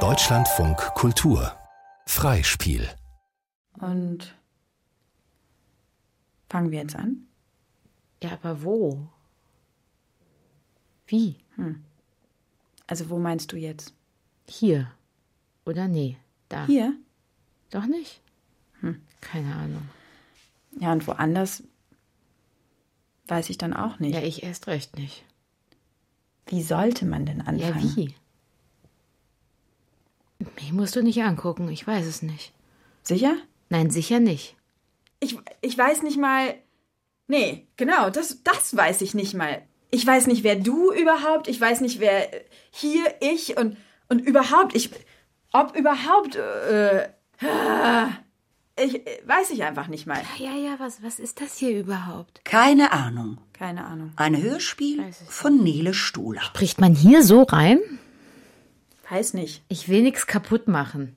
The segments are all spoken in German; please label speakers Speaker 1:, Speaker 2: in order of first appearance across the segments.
Speaker 1: Deutschlandfunk Kultur Freispiel
Speaker 2: Und fangen wir jetzt an?
Speaker 3: Ja, aber wo? Wie?
Speaker 2: Also wo meinst du jetzt?
Speaker 3: Hier? Oder nee? Da?
Speaker 2: Hier?
Speaker 3: Doch nicht? Hm, keine Ahnung.
Speaker 2: Ja, und woanders weiß ich dann auch nicht.
Speaker 3: Ja, ich erst recht nicht.
Speaker 2: Wie sollte man denn
Speaker 3: Ja,
Speaker 2: anfangen?
Speaker 3: wie? Mich musst du nicht angucken, ich weiß es nicht.
Speaker 2: Sicher?
Speaker 3: Nein, sicher nicht.
Speaker 2: Ich, ich weiß nicht mal. Nee, genau, das, das weiß ich nicht mal. Ich weiß nicht, wer du überhaupt, ich weiß nicht, wer äh, hier, ich und, und überhaupt, ich. Ob überhaupt. Äh, ah, ich äh, weiß ich einfach nicht mal.
Speaker 3: Ah, Ja, ja, was, was ist das hier überhaupt?
Speaker 4: Keine Ahnung.
Speaker 2: Keine Ahnung.
Speaker 4: Ein Hörspiel von Nele Stuhler.
Speaker 3: Bricht man hier so rein?
Speaker 2: Weiß nicht.
Speaker 3: Ich will nichts kaputt machen.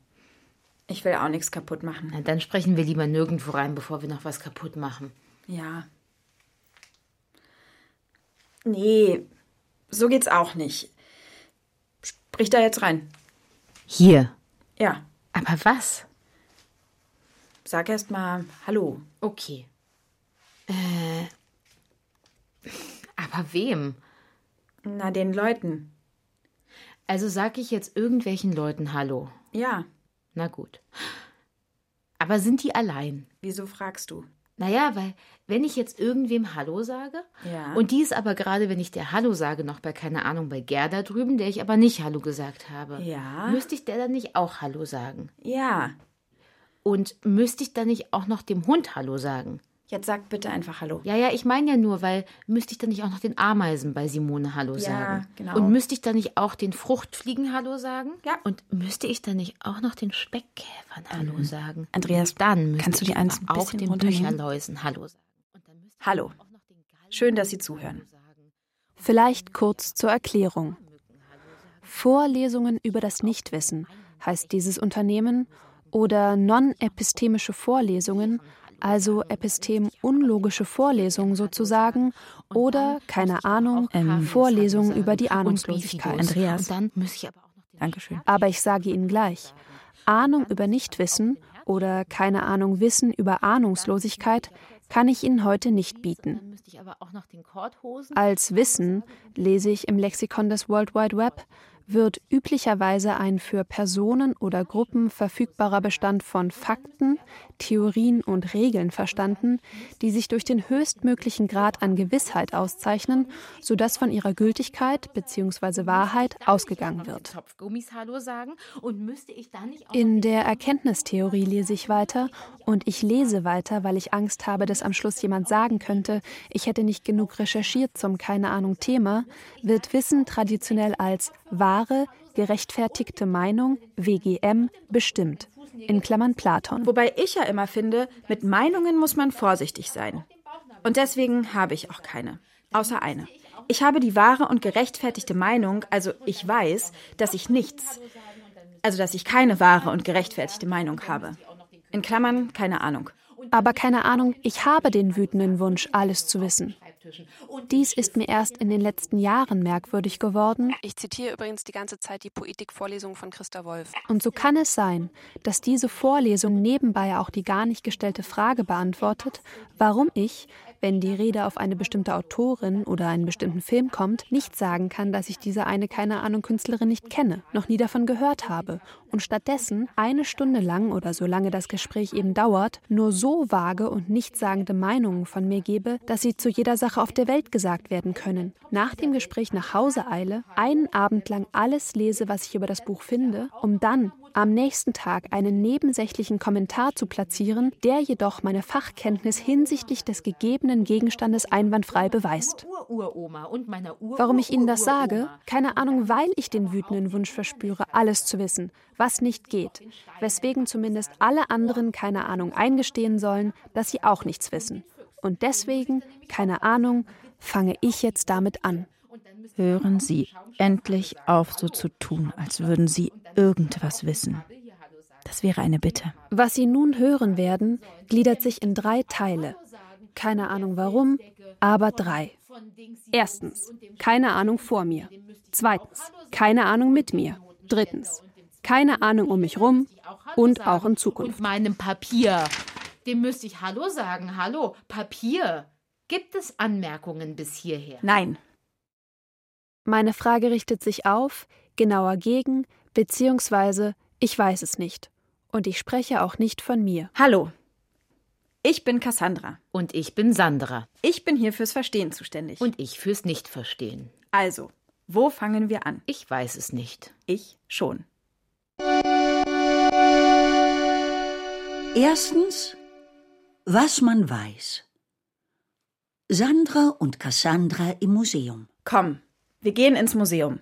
Speaker 2: Ich will auch nichts kaputt machen.
Speaker 3: Na, dann sprechen wir lieber nirgendwo rein, bevor wir noch was kaputt machen.
Speaker 2: Ja. Nee, so geht's auch nicht. Sprich da jetzt rein.
Speaker 3: Hier.
Speaker 2: Ja,
Speaker 3: Aber was?
Speaker 2: sag erst mal Hallo.
Speaker 3: Okay. Äh. Aber wem?
Speaker 2: Na, den Leuten.
Speaker 3: Also sage ich jetzt irgendwelchen Leuten Hallo.
Speaker 2: Ja,
Speaker 3: Na gut. Aber sind die allein?
Speaker 2: wieso fragst du?
Speaker 3: Naja, weil wenn ich jetzt irgendwem Hallo sage,
Speaker 2: Ja.
Speaker 3: und die ist aber gerade, wenn ich der Hallo sage, noch bei, keine Ahnung, bei Gerda drüben, der ich aber nicht Hallo gesagt habe,
Speaker 2: Ja.
Speaker 3: müsste ich der dann nicht auch Hallo sagen?
Speaker 2: Ja,
Speaker 3: Und müsste ich dann nicht auch noch dem Hund Hallo sagen?
Speaker 2: jetzt sag bitte einfach Hallo.
Speaker 3: Ja, ja, ich meine ja nur, weil müsste ich dann nicht auch noch den Ameisen bei Simone Hallo sagen?
Speaker 2: genau.
Speaker 3: Und müsste ich dann nicht auch den Fruchtfliegen Hallo sagen?
Speaker 2: Ja.
Speaker 3: Und müsste ich dann nicht auch noch den Speckkäfern Hallo sagen?
Speaker 2: Andreas,
Speaker 3: Dann müsste
Speaker 2: kannst du
Speaker 3: ich
Speaker 2: die eins ein
Speaker 3: aber auch
Speaker 2: bisschen
Speaker 3: den
Speaker 2: runternehmen?
Speaker 3: Bücherläusen Hallo sagen. Und dann müsste ich
Speaker 2: Hallo.
Speaker 3: auch noch den Gallen
Speaker 2: Schön, dass Sie zuhören.
Speaker 3: sagen.
Speaker 5: Vielleicht kurz zur Erklärung. Vorlesungen über das Nichtwissen heißt dieses Unternehmen oder non-epistemische Vorlesungen, also epistemunlogische Vorlesungen sozusagen oder, keine Ahnung,
Speaker 3: Ähm,
Speaker 5: Vorlesungen über die
Speaker 3: Und Beefy
Speaker 5: Ahnungslosigkeit.
Speaker 3: Goes.
Speaker 2: Andreas.
Speaker 3: Und dann müsste ich aber auch noch den
Speaker 2: Dankeschön.
Speaker 5: Aber ich sage Ihnen gleich, Ahnung über Nichtwissen oder keine Ahnung Wissen über Ahnungslosigkeit kann ich Ihnen heute nicht bieten.
Speaker 3: Dann müsste ich aber auch noch den Korthosen.
Speaker 5: Als Wissen, lese ich im Lexikon des World Wide Web, wird üblicherweise ein für Personen oder Gruppen verfügbarer Bestand von Fakten, Theorien und Regeln verstanden, die sich durch den höchstmöglichen Grad an Gewissheit auszeichnen, sodass von ihrer Gültigkeit bzw. Wahrheit ausgegangen wird.
Speaker 3: Topfgummis Hallo sagen und müsste ich dann nicht auch
Speaker 5: In der Erkenntnistheorie lese ich weiter und ich lese weiter, weil ich Angst habe, dass am Schluss jemand sagen könnte, ich hätte nicht genug recherchiert zum keine Ahnung Thema, wird Wissen traditionell als wahre, gerechtfertigte Meinung WGM bestimmt. In Klammern Platon.
Speaker 2: Wobei ich ja immer finde, mit Meinungen muss man vorsichtig sein. Und deswegen habe ich auch keine. Außer eine. Ich habe die wahre und gerechtfertigte Meinung, also ich weiß, dass ich nichts, also dass ich keine wahre und gerechtfertigte Meinung habe. In Klammern, keine Ahnung.
Speaker 5: Aber keine Ahnung, ich habe den wütenden Wunsch, alles zu wissen. Dies ist mir erst in den letzten Jahren merkwürdig geworden
Speaker 6: Ich zitiere übrigens die ganze Zeit die Poetikvorlesung von Christa Wolf.
Speaker 5: Und so kann es sein, dass diese Vorlesung nebenbei auch die gar nicht gestellte Frage beantwortet, warum ich, wenn die Rede auf eine bestimmte Autorin oder einen bestimmten Film kommt, nicht sagen kann, dass ich diese eine keine Ahnung Künstlerin nicht kenne, noch nie davon gehört habe und stattdessen eine Stunde lang oder solange das Gespräch eben dauert, nur so vage und nichtssagende Meinungen von mir gebe, dass sie zu jeder Sache auf der Welt gesagt werden können. Nach dem Gespräch nach Hause eile, einen Abend lang alles lese, was ich über das Buch finde, um dann am nächsten Tag einen nebensächlichen Kommentar zu platzieren, der jedoch meine Fachkenntnis hinsichtlich des gegebenen Gegenstandes einwandfrei beweist.
Speaker 3: Ururoma und meiner Ur
Speaker 5: Warum ich Ihnen das
Speaker 3: Ururoma.
Speaker 5: sage? Keine Ahnung, weil ich den wütenden Wunsch verspüre, alles zu wissen, was nicht geht. Weswegen zumindest alle anderen keine Ahnung eingestehen sollen, dass sie auch nichts wissen. Und deswegen, keine Ahnung, fange ich jetzt damit an.
Speaker 2: Hören Sie endlich auf, so zu tun, als würden Sie irgendwas wissen. Das wäre eine Bitte.
Speaker 5: Was Sie nun hören werden, gliedert sich in drei Teile. Keine Ahnung warum, aber drei. Erstens, keine Ahnung vor mir. Zweitens, keine Ahnung mit mir. Drittens, keine Ahnung um mich rum und auch in
Speaker 7: Und
Speaker 5: Zukunft.
Speaker 7: meinem Papier. Dem müsste ich Hallo sagen. Hallo, Papier. Gibt es Anmerkungen bis hierher?
Speaker 2: Nein.
Speaker 5: Meine Frage richtet sich auf, genauer gegen, beziehungsweise ich weiß es nicht. Und ich spreche auch nicht von mir.
Speaker 2: Hallo. Ich bin Cassandra.
Speaker 7: Und ich bin Sandra.
Speaker 2: Ich bin hier fürs Verstehen zuständig.
Speaker 7: Und ich fürs Nichtverstehen.
Speaker 2: also, wo fangen wir an?
Speaker 7: Ich weiß es nicht.
Speaker 2: Ich schon.
Speaker 4: Erstens, was man weiß. Sandra und Cassandra im Museum.
Speaker 2: Komm, wir gehen ins Museum.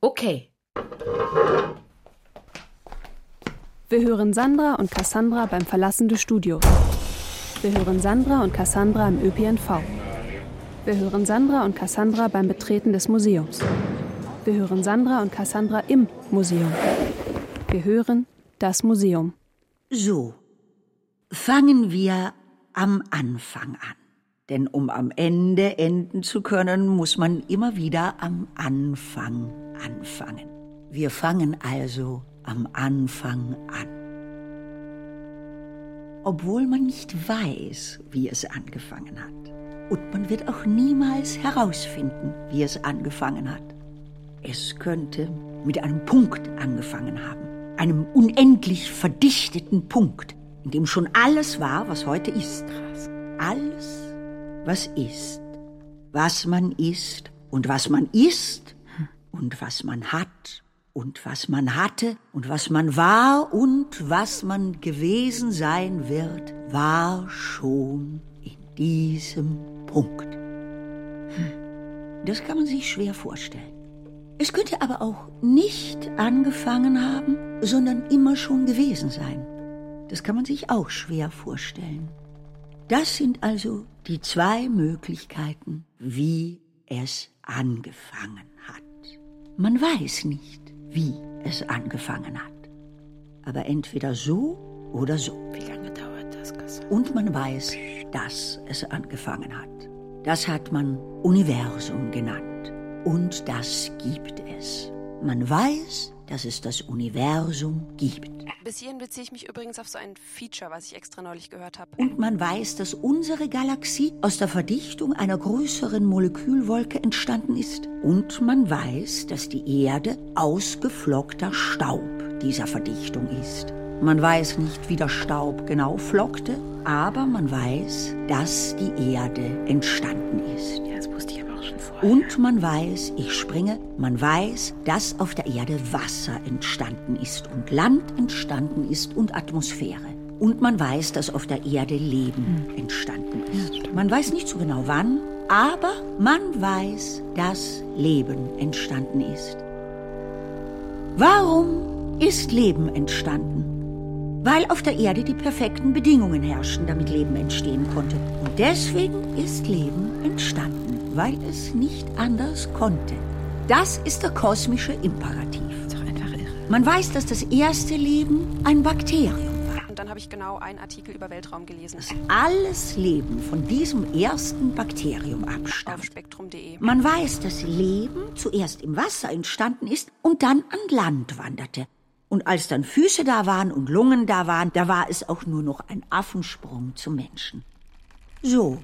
Speaker 7: Okay.
Speaker 5: Wir hören Sandra und Cassandra beim Verlassen des Studios. Wir hören Sandra und Cassandra im ÖPNV. Wir hören Sandra und Cassandra beim Betreten des Museums. Wir hören Sandra und Cassandra im Museum. Wir hören das Museum.
Speaker 4: So, fangen wir am Anfang an. Denn um am Ende enden zu können, muss man immer wieder am Anfang anfangen. Wir fangen also am Anfang an. Obwohl man nicht weiß, wie es angefangen hat. Und man wird auch niemals herausfinden, wie es angefangen hat. Es könnte mit einem Punkt angefangen haben. Einem unendlich verdichteten Punkt, in dem schon alles war, was heute ist. Alles, was ist. Was man ist und was man ist und was man hat und was man hatte und was man war und was man gewesen sein wird, war schon in diesem Punkt. Hm. Das kann man sich schwer vorstellen. Es könnte aber auch nicht angefangen haben, sondern immer schon gewesen sein. Das kann man sich auch schwer vorstellen. Das sind also die zwei Möglichkeiten, wie es angefangen hat. Man weiß nicht, wie es angefangen hat. Aber entweder so oder so. Wie lange dauert das, Cassandra? Und man weiß, dass es angefangen hat. Das hat man Universum genannt. Und das gibt es. Man weiß, dass es das Universum gibt.
Speaker 8: Bis hierhin beziehe ich mich übrigens auf so ein Feature, was ich extra neulich gehört habe.
Speaker 4: Und man weiß, dass unsere Galaxie aus der Verdichtung einer größeren Molekülwolke entstanden ist. Und man weiß, dass die Erde ausgeflockter Staub dieser Verdichtung ist. Man weiß nicht, wie der Staub genau flockte, aber man weiß, dass die Erde entstanden ist. Und man weiß, ich springe, man weiß, dass auf der Erde Wasser entstanden ist und Land entstanden ist und Atmosphäre. Und man weiß, dass auf der Erde Leben entstanden ist. Man weiß nicht so genau wann, aber man weiß, dass Leben entstanden ist. Warum ist Leben entstanden? weil auf der Erde die perfekten Bedingungen herrschten, damit Leben entstehen konnte. Und deswegen ist Leben entstanden, weil es nicht anders konnte. Das ist der kosmische Imperativ. Ist doch einfach irre. Man weiß, dass das erste Leben ein Bakterium war.
Speaker 8: Und dann habe ich genau einen Artikel über Weltraum gelesen.
Speaker 4: Dass alles Leben von diesem ersten Bakterium
Speaker 8: Auf
Speaker 4: abstammt.
Speaker 8: spektrum.de.
Speaker 4: Man weiß, dass Leben zuerst im Wasser entstanden ist und dann an Land wanderte. Und als dann Füße da waren und Lungen da waren, da war es auch nur noch ein Affensprung zum Menschen. So.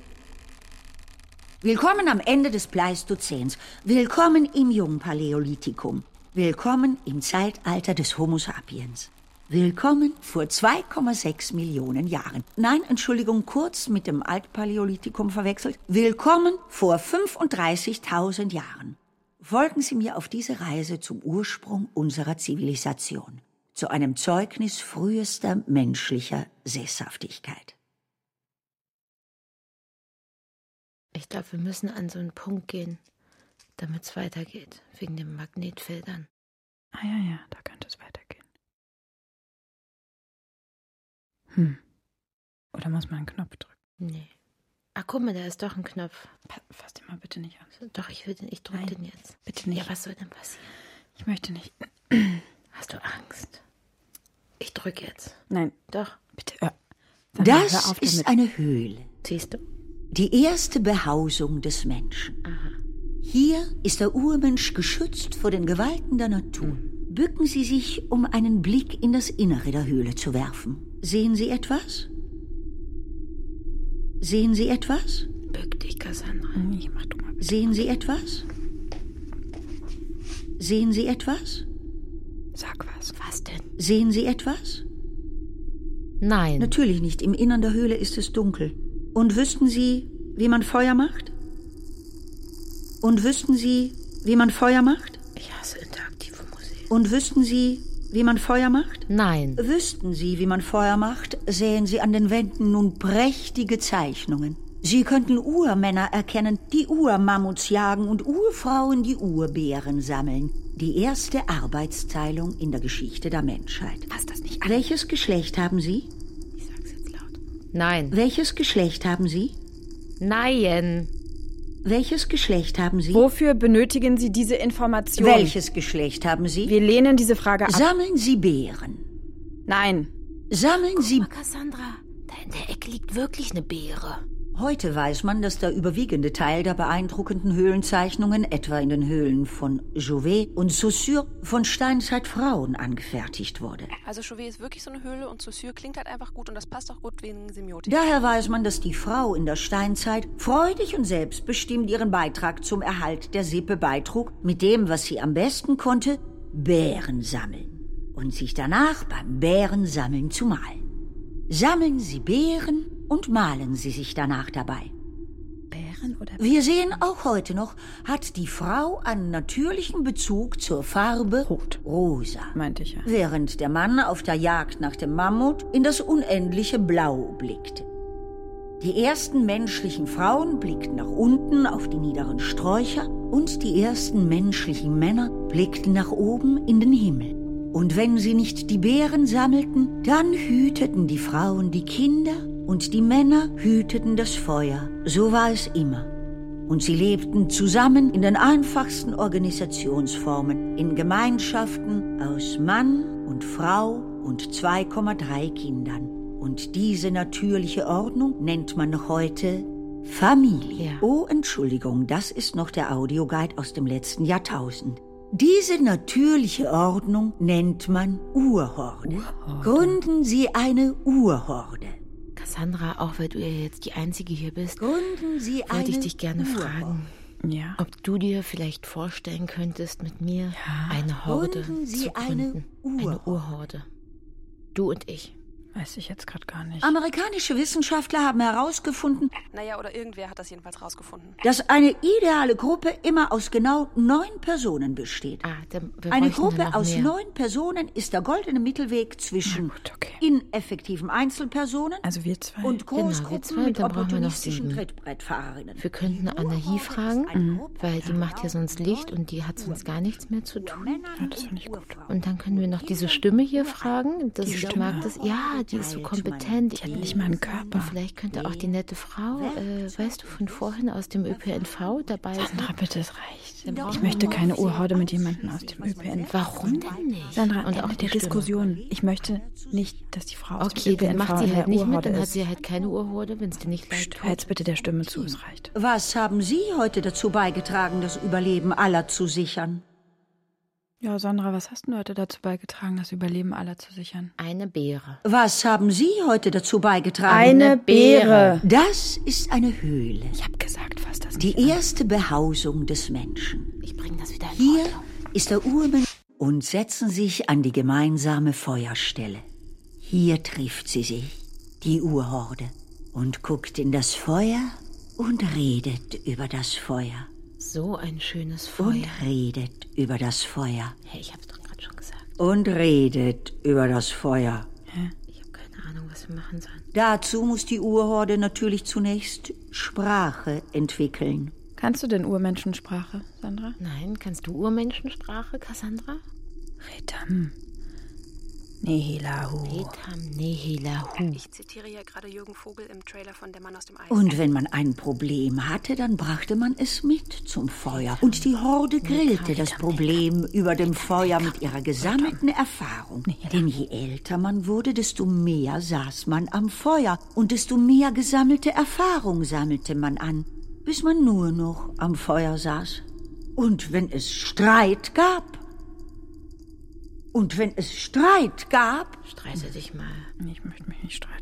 Speaker 4: Willkommen am Ende des Pleistozäns. Willkommen im Jungpaläolithikum. Willkommen im Zeitalter des Homo sapiens. Willkommen vor 2,6 Millionen Jahren. Nein, Entschuldigung, kurz mit dem Altpaläolithikum verwechselt. Willkommen vor 35.000 Jahren. Folgen Sie mir auf diese Reise zum Ursprung unserer Zivilisation, zu einem Zeugnis frühester menschlicher Sesshaftigkeit.
Speaker 3: Ich glaube, wir müssen an so einen Punkt gehen, damit es weitergeht, wegen den Magnetfeldern.
Speaker 2: Ah ja, ja, da könnte es weitergehen. Hm. Oder muss man einen Knopf drücken?
Speaker 3: Nee. Ach, guck mal, da ist doch ein Knopf.
Speaker 2: Pa- Fass den mal bitte nicht an.
Speaker 3: Doch, ich, will den, ich drück
Speaker 2: Nein,
Speaker 3: den jetzt.
Speaker 2: bitte nicht.
Speaker 3: Ja, was soll denn passieren?
Speaker 2: Ich möchte nicht.
Speaker 3: Hast du Angst? Ich drück jetzt.
Speaker 2: Nein,
Speaker 3: Doch.
Speaker 2: bitte. Äh, Sandra,
Speaker 4: Das
Speaker 2: hör auf
Speaker 4: ist
Speaker 2: damit.
Speaker 4: eine Höhle.
Speaker 3: Siehst du?
Speaker 4: Die erste Behausung des Menschen. Hier ist der Urmensch geschützt vor den Gewalten der Natur. Bücken Sie sich, um einen Blick in das Innere der Höhle zu werfen. Sehen Sie etwas? Sehen Sie etwas?
Speaker 3: Bück dich, Cassandra.
Speaker 2: Hm,
Speaker 4: Sehen Sie etwas? Sehen Sie etwas?
Speaker 3: Sag was. Was denn?
Speaker 4: Sehen Sie etwas?
Speaker 7: Nein.
Speaker 4: Natürlich nicht. Im Innern der Höhle ist es dunkel. Und wüssten Sie, wie man Feuer macht? Und wüssten Sie, wie man Feuer macht?
Speaker 3: Ich hasse interaktive Musik.
Speaker 4: Und wüssten Sie, wie man Feuer macht?
Speaker 7: Nein.
Speaker 4: Wüssten Sie, wie man Feuer macht, sähen Sie an den Wänden nun prächtige Zeichnungen. Sie könnten Urmänner erkennen, die Urmammuts jagen und Urfrauen, die Urbeeren sammeln. Die erste Arbeitsteilung in der Geschichte der Menschheit.
Speaker 3: Passt das nicht
Speaker 4: Welches Geschlecht haben Sie?
Speaker 3: Ich sag's jetzt laut.
Speaker 7: Nein.
Speaker 4: Welches Geschlecht haben Sie?
Speaker 7: Nein.
Speaker 4: Welches Geschlecht haben Sie?
Speaker 2: Wofür benötigen Sie diese Information?
Speaker 4: Welches Geschlecht haben Sie?
Speaker 2: Wir lehnen diese Frage ab.
Speaker 4: Sammeln Sie Beeren.
Speaker 2: Nein.
Speaker 4: Sammeln Sie.
Speaker 3: Mal, Cassandra, da in der Ecke liegt wirklich eine Beere.
Speaker 4: Heute weiß man, dass der überwiegende Teil der beeindruckenden Höhlenzeichnungen, etwa in den Höhlen von Jouvet und Saussure, von Steinzeitfrauen angefertigt wurde.
Speaker 8: Also Chauvet ist wirklich so eine Höhle und Saussure klingt halt einfach gut und das passt auch gut wegen Semiotik.
Speaker 4: Daher weiß man, dass die Frau in der Steinzeit freudig und selbstbestimmt ihren Beitrag zum Erhalt der Sippe beitrug, mit dem, was sie am besten konnte, Bären sammeln und sich danach beim Bärensammeln zu malen. Sammeln Sie Beeren und malen Sie sich danach dabei.
Speaker 2: Bären oder
Speaker 4: Wir sehen auch heute noch, hat die Frau einen natürlichen Bezug zur Farbe Rot. rosa
Speaker 2: meinte ich ja.
Speaker 4: während der Mann auf der Jagd nach dem Mammut in das unendliche Blau blickte. Die ersten menschlichen Frauen blickten nach unten auf die niederen Sträucher und die ersten menschlichen Männer blickten nach oben in den Himmel. Und wenn sie nicht die Beeren sammelten, dann hüteten die Frauen die Kinder und die Männer hüteten das Feuer. So war es immer. Und sie lebten zusammen in den einfachsten Organisationsformen, in Gemeinschaften aus Mann und Frau und 2,3 Kindern. Und diese natürliche Ordnung nennt man noch heute Familie.
Speaker 3: Ja.
Speaker 4: Oh, Entschuldigung, das ist noch der Audioguide aus dem letzten Jahrtausend. Diese natürliche Ordnung nennt man Urhorde. Gründen Sie eine Urhorde.
Speaker 3: Cassandra, auch weil du ja jetzt die Einzige hier bist,
Speaker 4: Gründen Sie eine
Speaker 3: wollte ich dich gerne
Speaker 4: Urhorde.
Speaker 3: fragen,
Speaker 2: Ja.
Speaker 3: ob du dir vielleicht vorstellen könntest, mit mir eine Horde
Speaker 4: Gründen Sie
Speaker 3: zu gründen.
Speaker 4: eine
Speaker 3: Eine
Speaker 4: Urhorde.
Speaker 3: Urhorde. Du und ich.
Speaker 2: Weiß ich jetzt gerade gar nicht.
Speaker 4: Amerikanische Wissenschaftler haben herausgefunden,
Speaker 8: Naja, oder irgendwer hat das jedenfalls rausgefunden.
Speaker 4: dass eine ideale Gruppe immer aus genau neun Personen besteht.
Speaker 3: Ah, dann, wir
Speaker 4: Eine
Speaker 3: bräuchten dann
Speaker 4: Gruppe
Speaker 3: noch
Speaker 4: aus
Speaker 3: mehr.
Speaker 4: neun Personen ist der goldene Mittelweg zwischen
Speaker 2: gut, okay.
Speaker 4: ineffektiven Einzelpersonen
Speaker 2: Also wir zwei.
Speaker 4: und
Speaker 3: wir
Speaker 4: Großgruppen
Speaker 3: zwei,
Speaker 4: mit
Speaker 3: dann genau, brauchen wir noch
Speaker 4: opportunistischen
Speaker 3: sieben.
Speaker 4: Trittbrettfahrerinnen.
Speaker 3: Wir könnten
Speaker 4: Die
Speaker 3: Anna Hie
Speaker 4: Urhorde
Speaker 3: fragen, mhm,
Speaker 4: ist eine Gruppe
Speaker 3: weil die
Speaker 4: aus
Speaker 3: macht ja
Speaker 4: genau
Speaker 3: sonst Licht
Speaker 4: neun
Speaker 3: und die hat sonst gar nichts mehr zu tun.
Speaker 4: Urmännern
Speaker 2: das
Speaker 4: und
Speaker 2: finde ich gut.
Speaker 4: Urfrauen.
Speaker 3: Und dann können wir noch diese Stimme hier fragen. Das, ich mag das. Ja, die ist so kompetent.
Speaker 4: Ich hab nicht
Speaker 2: mal einen Körper.
Speaker 3: Und vielleicht könnte auch die nette Frau, äh, weißt du, von vorhin aus dem ÖPNV dabei sein.
Speaker 2: Sandra, bitte, es reicht.
Speaker 3: brauchen
Speaker 2: Ich
Speaker 3: wir
Speaker 2: möchte
Speaker 3: noch
Speaker 2: keine Urhorde mit jemandem aus dem ÖPNV.
Speaker 3: Warum denn nicht?
Speaker 2: Sandra,
Speaker 3: und
Speaker 2: Ende
Speaker 3: auch
Speaker 2: der
Speaker 3: die Stimme.
Speaker 2: Diskussion. Ich möchte nicht, dass die Frau aus
Speaker 3: Okay,
Speaker 2: dem
Speaker 3: dann
Speaker 2: ÖPNV
Speaker 3: macht sie
Speaker 2: in der
Speaker 3: halt nicht mit,
Speaker 2: Urhorde
Speaker 3: dann hat
Speaker 2: ist.
Speaker 3: sie halt keine Urhorde, wenn es dir nicht leicht
Speaker 2: Psst, hör jetzt bitte der Stimme zu, es reicht.
Speaker 4: Was haben Sie heute dazu beigetragen, das Überleben aller zu sichern?
Speaker 2: Ja, Sandra, was hast du heute dazu beigetragen, das Überleben aller zu sichern?
Speaker 3: Eine Beere.
Speaker 4: Was haben Sie heute dazu beigetragen?
Speaker 2: Eine Beere.
Speaker 4: Das ist eine Höhle.
Speaker 2: Ich hab gesagt, was das nicht
Speaker 4: Die erste Behausung des Menschen.
Speaker 3: Ich bringe das wieder in
Speaker 4: Hier
Speaker 3: Ordnung.
Speaker 4: ist der Urmensch und setzen sich an die gemeinsame Feuerstelle. Hier trifft sie sich, die Urhorde, und guckt in das Feuer und redet über das Feuer
Speaker 3: So ein schönes Feuer.
Speaker 4: und redet über das Feuer
Speaker 3: Hey, ich hab's doch gerade schon gesagt.
Speaker 4: und redet über das Feuer.
Speaker 3: Ich habe keine Ahnung, was wir machen sollen.
Speaker 4: Dazu muss die Urhorde natürlich zunächst Sprache entwickeln.
Speaker 2: Kannst du denn Urmenschensprache, Sandra?
Speaker 3: Nein, kannst du Urmenschensprache, Cassandra?
Speaker 2: Redam. Oh.
Speaker 4: Nehilahu.
Speaker 3: Etam nihila hu.
Speaker 8: Ich zitiere ja gerade Jürgen Vogel im Trailer von Der Mann aus dem Eis.
Speaker 4: Und wenn man ein Problem hatte, dann brachte man es mit zum Feuer. Und die Horde grillte das Problem über dem Feuer mit ihrer gesammelten Erfahrung. Denn je älter man wurde, desto mehr saß man am Feuer und desto mehr gesammelte Erfahrung sammelte man an, bis man nur noch am Feuer saß. Und wenn es Streit gab. Und wenn es Streit gab,
Speaker 3: Streite dich mal.
Speaker 2: Ich möchte mich nicht streiten.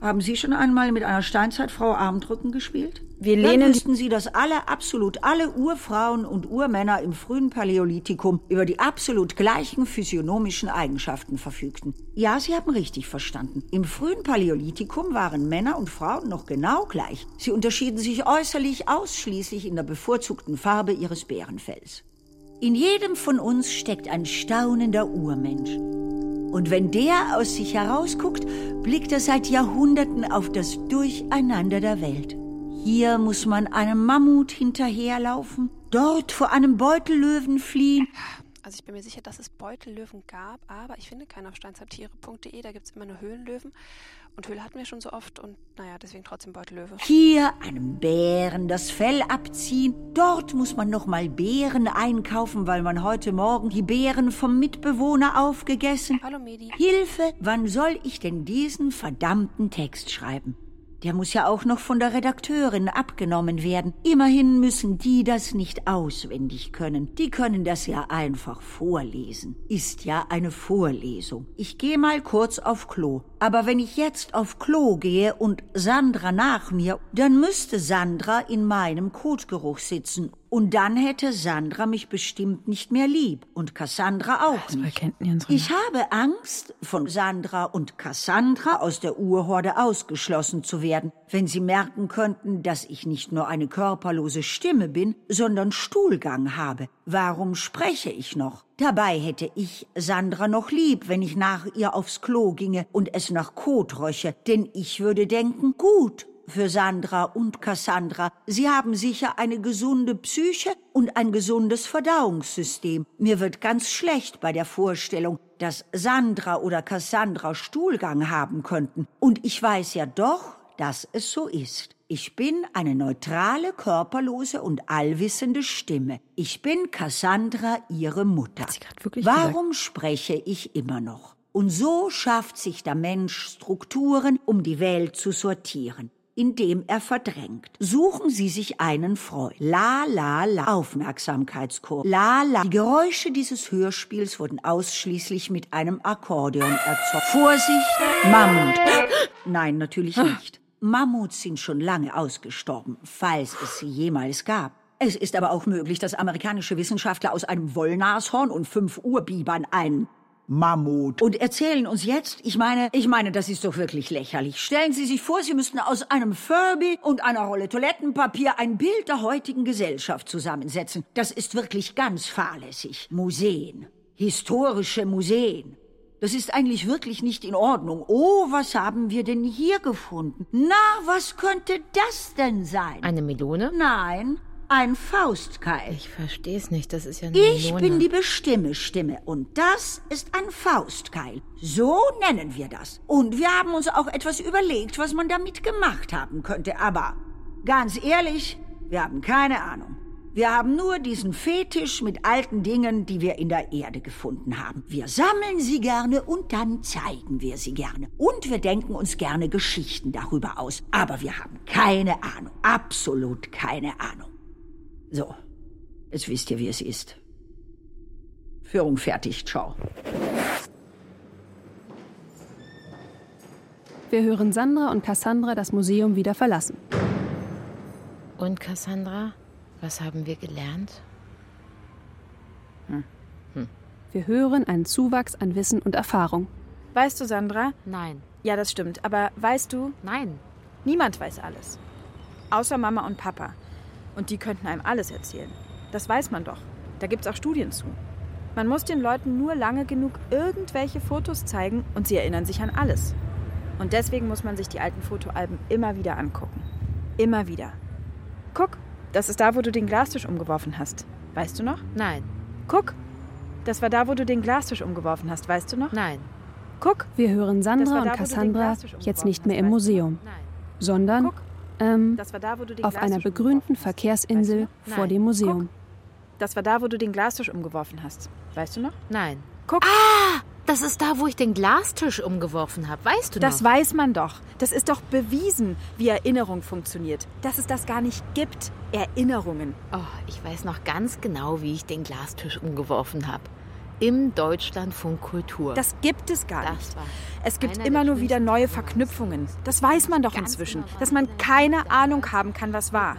Speaker 4: haben Sie schon einmal mit einer Steinzeitfrau Armdrücken gespielt?
Speaker 2: Wir
Speaker 4: Dann
Speaker 2: lehnen
Speaker 4: wüssten Sie, dass alle, absolut alle Urfrauen und Urmänner im frühen Paläolithikum über die absolut gleichen physiognomischen Eigenschaften verfügten. Ja, Sie haben richtig verstanden. Im frühen Paläolithikum waren Männer und Frauen noch genau gleich. Sie unterschieden sich äußerlich ausschließlich in der bevorzugten Farbe ihres Bärenfells. In jedem von uns steckt ein staunender Urmensch. Und wenn der aus sich herausguckt, blickt er seit Jahrhunderten auf das Durcheinander der Welt. Hier muss man einem Mammut hinterherlaufen, dort vor einem Beutellöwen fliehen.
Speaker 8: Also ich bin mir sicher, dass es Beutellöwen gab, aber ich finde keinen auf steinzeittiere.de. Da gibt es immer nur Höhlenlöwen. Und Höhle hatten wir schon so oft und naja, deswegen trotzdem Beutellöwe.
Speaker 4: Hier einem Bären das Fell abziehen. Dort muss man nochmal Beeren einkaufen, weil man heute Morgen die Beeren vom Mitbewohner aufgegessen.
Speaker 8: Hallo Medi.
Speaker 4: Hilfe, wann soll ich denn diesen verdammten Text schreiben? Der muss ja auch noch von der Redakteurin abgenommen werden. Immerhin müssen die das nicht auswendig können. Die können das ja einfach vorlesen. Ist ja eine Vorlesung. Ich gehe mal kurz auf Klo. Aber wenn ich jetzt auf Klo gehe und Sandra nach mir, dann müsste Sandra in meinem Kotgeruch sitzen. Und dann hätte Sandra mich bestimmt nicht mehr lieb. Und Cassandra auch nicht. Ich habe Angst, von Sandra und Cassandra aus der Urhorde ausgeschlossen zu werden, wenn sie merken könnten, dass ich nicht nur eine körperlose Stimme bin, sondern Stuhlgang habe. Warum spreche ich noch? Dabei hätte ich Sandra noch lieb, wenn ich nach ihr aufs Klo ginge und es nach Kot röche, denn ich würde denken, gut, für Sandra und Cassandra. Sie haben sicher eine gesunde Psyche und ein gesundes Verdauungssystem. Mir wird ganz schlecht bei der Vorstellung, dass Sandra oder Cassandra Stuhlgang haben könnten. Und ich weiß ja doch, dass es so ist. Ich bin eine neutrale, körperlose und allwissende Stimme. Ich bin Cassandra, ihre Mutter. Warum spreche ich immer noch? Und so schafft sich der Mensch Strukturen, um die Welt zu sortieren, indem er verdrängt. Suchen Sie sich einen Freund. La la la. Aufmerksamkeitskurve. La la. Die Geräusche dieses Hörspiels wurden ausschließlich mit einem Akkordeon erzeugt. Vorsicht, Mammut. Nein, natürlich nicht. Mammuts sind schon lange ausgestorben, falls es sie jemals gab. Es ist aber auch möglich, dass amerikanische Wissenschaftler aus einem Wollnashorn und fünf Urbibern einen Mammut. Und erzählen uns jetzt, ich meine, ich meine, das ist doch wirklich lächerlich. Stellen Sie sich vor, Sie müssten aus einem Furby und einer Rolle Toilettenpapier ein Bild der heutigen Gesellschaft zusammensetzen. Das ist wirklich ganz fahrlässig. Museen. Historische Museen. Das ist eigentlich wirklich nicht in Ordnung. Oh, was haben wir denn hier gefunden? Na, was könnte das denn sein?
Speaker 3: Eine Melone?
Speaker 4: Nein, ein Faustkeil.
Speaker 3: Ich verstehe es nicht. Das ist ja eine
Speaker 4: Ich
Speaker 3: Melone.
Speaker 4: bin die bestimme Stimme und das ist ein Faustkeil. So nennen wir das. Und wir haben uns auch etwas überlegt, was man damit gemacht haben könnte. Aber ganz ehrlich, wir haben keine Ahnung. Wir haben nur diesen Fetisch mit alten Dingen, die wir in der Erde gefunden haben. Wir sammeln sie gerne und dann zeigen wir sie gerne. Und wir denken uns gerne Geschichten darüber aus. Aber wir haben keine Ahnung. Absolut keine Ahnung. So, jetzt wisst ihr, wie es ist. Führung fertig, ciao.
Speaker 5: Wir hören Sandra und Cassandra das Museum wieder verlassen.
Speaker 3: Und Cassandra, was haben wir gelernt?
Speaker 5: Wir hören einen Zuwachs an Wissen und Erfahrung.
Speaker 2: Weißt du, Sandra?
Speaker 3: Nein,
Speaker 2: Ja, das stimmt. Aber weißt du,
Speaker 3: nein.
Speaker 2: niemand weiß alles. Außer Mama und Papa. Und die könnten einem alles erzählen. Das weiß man doch. Da gibt's auch Studien zu. Man muss den Leuten nur lange genug irgendwelche Fotos zeigen und sie erinnern sich an alles. Und deswegen muss man sich die alten Fotoalben immer wieder angucken. Immer wieder. Guck, das ist da, wo du den Glastisch umgeworfen hast. Weißt du noch?
Speaker 3: Nein.
Speaker 2: Guck, Das war da, wo du den Glastisch umgeworfen hast, weißt du noch?
Speaker 3: Nein,
Speaker 2: Guck,
Speaker 5: Wir hören
Speaker 2: Das
Speaker 5: Sandra
Speaker 2: war da,
Speaker 5: und
Speaker 2: wo du den
Speaker 5: Cassandra
Speaker 2: Glastisch umgeworfen
Speaker 5: jetzt nicht mehr im
Speaker 2: hast,
Speaker 5: Museum,
Speaker 3: nein,
Speaker 5: sondern
Speaker 2: Guck.
Speaker 5: ähm,
Speaker 2: das war da, wo du den
Speaker 5: auf
Speaker 2: Glastisch
Speaker 5: einer begrünten
Speaker 2: umgeworfen hast.
Speaker 5: Verkehrsinsel
Speaker 2: Weißt
Speaker 5: vor dem Museum.
Speaker 2: du noch? Das war da, wo du den Glastisch umgeworfen hast, weißt du noch?
Speaker 3: nein.
Speaker 2: Guck.
Speaker 3: Ah, Das ist da, wo ich den Glastisch umgeworfen habe. Weißt du
Speaker 2: Das
Speaker 3: noch?
Speaker 2: weiß man doch. Das ist doch bewiesen, wie Erinnerung funktioniert. Dass es das gar nicht gibt. Erinnerungen.
Speaker 3: Oh, ich weiß noch ganz genau, wie ich den Glastisch umgeworfen habe. Im Deutschlandfunk Kultur.
Speaker 2: Das gibt es gar
Speaker 3: Das
Speaker 2: nicht.
Speaker 3: war
Speaker 2: Es gibt
Speaker 3: einer
Speaker 2: immer
Speaker 3: der
Speaker 2: nur wieder
Speaker 3: schönsten
Speaker 2: neue
Speaker 3: Erinnerungen. genau.
Speaker 2: Verknüpfungen. Das weiß man doch inzwischen, dass man keine Ahnung haben kann, was war.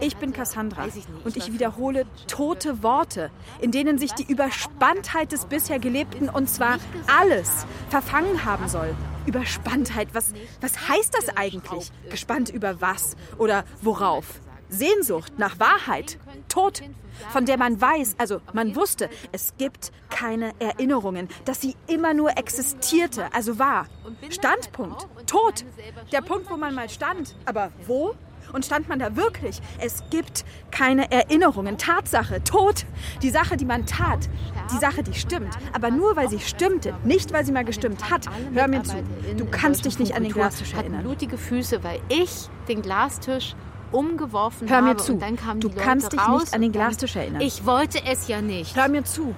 Speaker 2: Ich bin Cassandra und ich wiederhole tote Worte, in denen sich die Überspanntheit des bisher Gelebten und zwar alles verfangen haben soll. Überspanntheit, was, was heißt das eigentlich? Gespannt über was oder worauf? Sehnsucht nach Wahrheit, Tod, von der man weiß, also man wusste, es gibt keine Erinnerungen, dass sie immer nur existierte, also war. Standpunkt, Tod, der Punkt, wo man mal stand, aber wo? Und stand man da wirklich? Es gibt keine Erinnerungen. Tatsache, Tod. Die Sache, die man tat. Die Sache, die stimmt. Aber nur weil sie stimmte, nicht weil sie mal gestimmt hat. Hör mir zu. Du kannst dich nicht an den Glastisch
Speaker 3: hatten
Speaker 2: erinnern.
Speaker 3: blutige Füße, weil ich den Glastisch umgeworfen
Speaker 2: Hör
Speaker 3: habe.
Speaker 2: mir zu.
Speaker 3: Und dann kamen
Speaker 2: Du
Speaker 3: die Leute
Speaker 2: kannst dich
Speaker 3: raus
Speaker 2: nicht an den
Speaker 3: und dann-
Speaker 2: Glastisch erinnern.
Speaker 3: Ich wollte es ja nicht.
Speaker 2: Hör mir zu.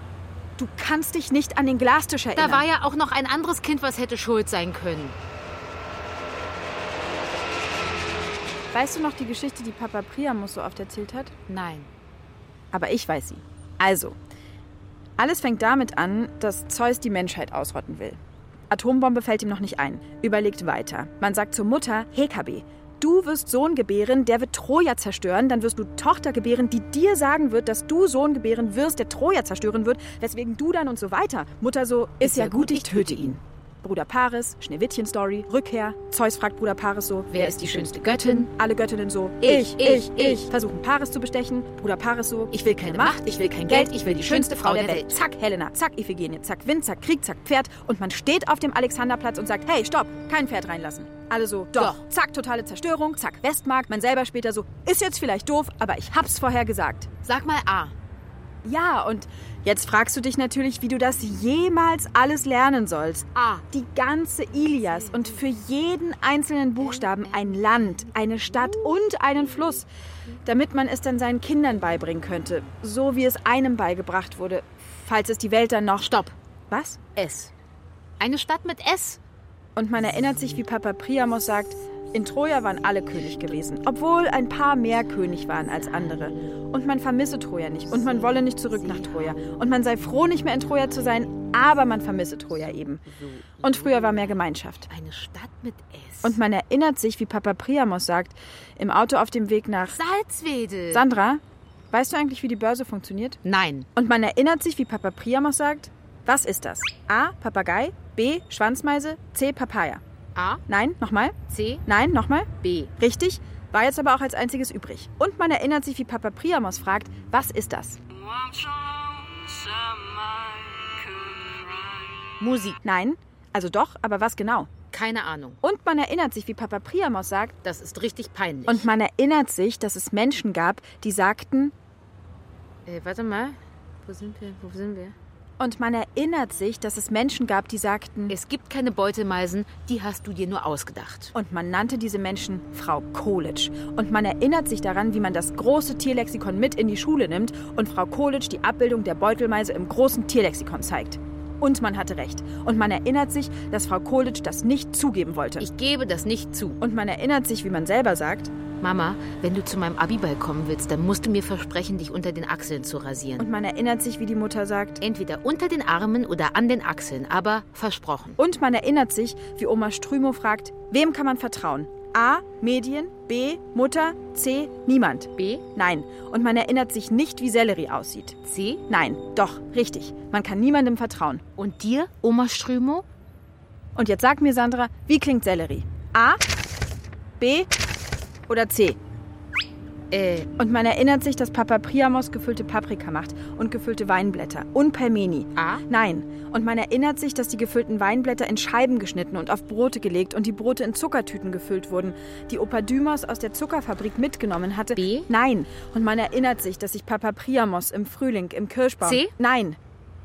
Speaker 2: Du kannst dich nicht an den Glastisch erinnern.
Speaker 3: Da war ja auch noch ein anderes Kind, was hätte schuld sein können.
Speaker 2: weißt du noch die Geschichte, die Papa Priamus so oft erzählt hat?
Speaker 3: Nein.
Speaker 2: aber ich weiß sie. Also, alles fängt damit an, dass Zeus die Menschheit ausrotten will. Atombombe fällt ihm noch nicht ein. Überlegt weiter. Man sagt zur Mutter, Hekabe, du wirst Sohn gebären, der wird Troja zerstören, dann wirst du Tochter gebären, die dir sagen wird, dass du Sohn gebären wirst, der Troja zerstören wird, weswegen du dann und so weiter. Mutter so, ist, ja gut, ich töte ihn. Bruder Paris, Schneewittchen-Story, Rückkehr. Zeus fragt Bruder Paris so,
Speaker 3: Wer ist die schönste Göttin?
Speaker 2: alle Göttinnen so,
Speaker 3: Ich, ich, ich.
Speaker 2: versuchen Paris zu bestechen, Bruder Paris so,
Speaker 3: Ich will keine Macht, ich will kein Geld, ich will die schönste Frau der Welt.
Speaker 2: Zack, Helena, zack, Iphigenie, zack, Wind, zack, Krieg, zack, Pferd und man steht auf dem Alexanderplatz und sagt, hey, stopp, kein Pferd reinlassen. Alle so, doch.
Speaker 3: Doch.
Speaker 2: zack, totale Zerstörung, zack, Westmark, man selber später so, ist jetzt vielleicht doof, aber ich hab's vorher gesagt.
Speaker 3: Sag mal A.
Speaker 2: Ja, und jetzt fragst du dich natürlich, wie du das jemals alles lernen sollst.
Speaker 3: A.
Speaker 2: Die ganze Ilias und für jeden einzelnen Buchstaben ein Land, eine Stadt und einen Fluss, damit man es dann seinen Kindern beibringen könnte, so wie es einem beigebracht wurde, falls es die Welt dann noch...
Speaker 3: Stopp.
Speaker 2: Was?
Speaker 3: S. Eine Stadt mit S.
Speaker 2: Und man erinnert sich, wie Papa Priamos sagt, in Troja waren alle König gewesen, obwohl ein paar mehr König waren als andere. Und man vermisse Troja nicht und man wolle nicht zurück nach Troja. Und man sei froh, nicht mehr in Troja zu sein, aber man vermisse Troja eben. Und früher war mehr Gemeinschaft.
Speaker 3: Eine Stadt mit S.
Speaker 2: Und man erinnert sich, wie Papa Priamos sagt, im Auto auf dem Weg nach...
Speaker 3: Salzwedel.
Speaker 2: Sandra, weißt du eigentlich, wie die Börse funktioniert?
Speaker 3: Nein.
Speaker 2: Und man erinnert sich, wie Papa Priamos sagt, was ist das? A. Papagei, B. Schwanzmeise, C. Papaya.
Speaker 3: A,
Speaker 2: Nein, nochmal.
Speaker 3: C,
Speaker 2: Nein, nochmal.
Speaker 3: B.
Speaker 2: Richtig, war jetzt aber auch als einziges übrig. Und man erinnert sich, wie Papa Priamos fragt, was ist das?
Speaker 3: Musik.
Speaker 2: Nein, also doch, aber was genau?
Speaker 3: Keine Ahnung.
Speaker 2: Und man erinnert sich, wie Papa Priamos sagt,
Speaker 3: Das ist richtig peinlich.
Speaker 2: und man erinnert sich, dass es Menschen gab, die sagten,
Speaker 3: äh, warte mal. Wo sind wir? Wo sind wir?
Speaker 2: und man erinnert sich, dass es Menschen gab, die sagten,
Speaker 3: Es gibt keine Beutelmeisen, die hast du dir nur ausgedacht.
Speaker 2: und man nannte diese Menschen Frau Kolitsch. Und man erinnert sich daran, wie man das große Tierlexikon mit in die Schule nimmt und Frau Kolitsch die Abbildung der Beutelmeise im großen Tierlexikon zeigt. Und man hatte recht. Und man erinnert sich, dass Frau Kolitsch das nicht zugeben wollte.
Speaker 3: Ich gebe das nicht zu.
Speaker 2: und man erinnert sich, wie man selber sagt,
Speaker 3: Mama, wenn du zu meinem Abiball kommen willst, dann musst du mir versprechen, dich unter den Achseln zu rasieren.
Speaker 2: und man erinnert sich, wie die Mutter sagt,
Speaker 3: Entweder unter den Armen oder an den Achseln, aber versprochen.
Speaker 2: und man erinnert sich, wie Oma Strümo fragt, wem kann man vertrauen? A. Medien, B. Mutter, C. Niemand.
Speaker 3: B,
Speaker 2: Nein. Und man erinnert sich nicht, wie Sellerie aussieht.
Speaker 3: C
Speaker 2: Nein, doch, richtig. Man kann niemandem vertrauen.
Speaker 3: und dir, Oma Strümo?
Speaker 2: Und jetzt sag mir, Sandra, wie klingt Sellerie? A, B oder C?
Speaker 3: Äh,
Speaker 2: Und man erinnert sich, dass Papa Priamos gefüllte Paprika macht und gefüllte Weinblätter und Pelmeni.
Speaker 3: A?
Speaker 2: Nein. Und man erinnert sich, dass die gefüllten Weinblätter in Scheiben geschnitten und auf Brote gelegt und die Brote in Zuckertüten gefüllt wurden, die Opa Dymos aus der Zuckerfabrik mitgenommen hatte.
Speaker 3: B?
Speaker 2: Nein. Und man erinnert sich, dass sich Papa Priamos im Frühling im Kirschbaum...
Speaker 3: C?
Speaker 2: Nein.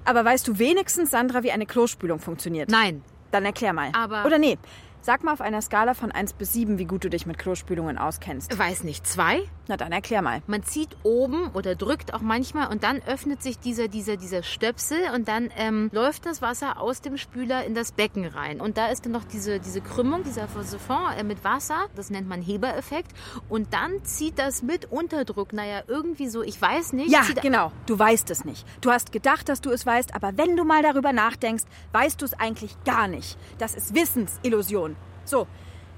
Speaker 2: Aber weißt du wenigstens, Sandra, wie eine Klospülung funktioniert?
Speaker 7: Nein.
Speaker 2: Dann erklär mal.
Speaker 7: Aber-
Speaker 2: Oder nee, sag mal auf einer Skala von 1 bis 7, wie gut du dich mit Klospülungen auskennst.
Speaker 7: Weiß nicht, zwei?
Speaker 2: Na dann erklär mal.
Speaker 3: Man zieht oben oder drückt auch manchmal und dann öffnet sich dieser, dieser, dieser Stöpsel und dann ähm, läuft das Wasser aus dem Spüler in das Becken rein. Und da ist dann noch diese, diese Krümmung, dieser Siphon äh, mit Wasser, das nennt man Hebereffekt. Und dann zieht das mit Unterdruck, naja, irgendwie so, ich weiß nicht.
Speaker 2: Ja,
Speaker 3: zieht,
Speaker 2: genau. Du weißt es nicht. Du hast gedacht, dass du es weißt, aber wenn du mal darüber nachdenkst, weißt du es eigentlich gar nicht. Das ist Wissensillusion. So,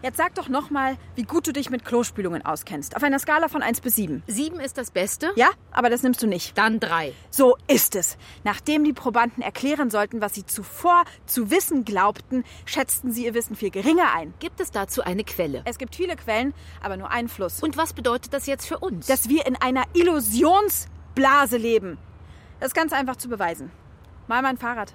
Speaker 2: jetzt sag doch nochmal, wie gut du dich mit Klospülungen auskennst. Auf einer Skala von 1 bis 7.
Speaker 3: Sieben ist das Beste,
Speaker 2: Ja, aber das nimmst du nicht.
Speaker 3: dann drei.
Speaker 2: So ist es. Nachdem die Probanden erklären sollten, was sie zuvor zu wissen glaubten, schätzten sie ihr Wissen viel geringer ein.
Speaker 3: Gibt es dazu eine Quelle?
Speaker 2: Es gibt viele Quellen, aber nur einen Fluss.
Speaker 3: Und was bedeutet das jetzt für uns?
Speaker 2: dass wir in einer Illusionsblase leben. Das ist ganz einfach zu beweisen. Mal mein Fahrrad.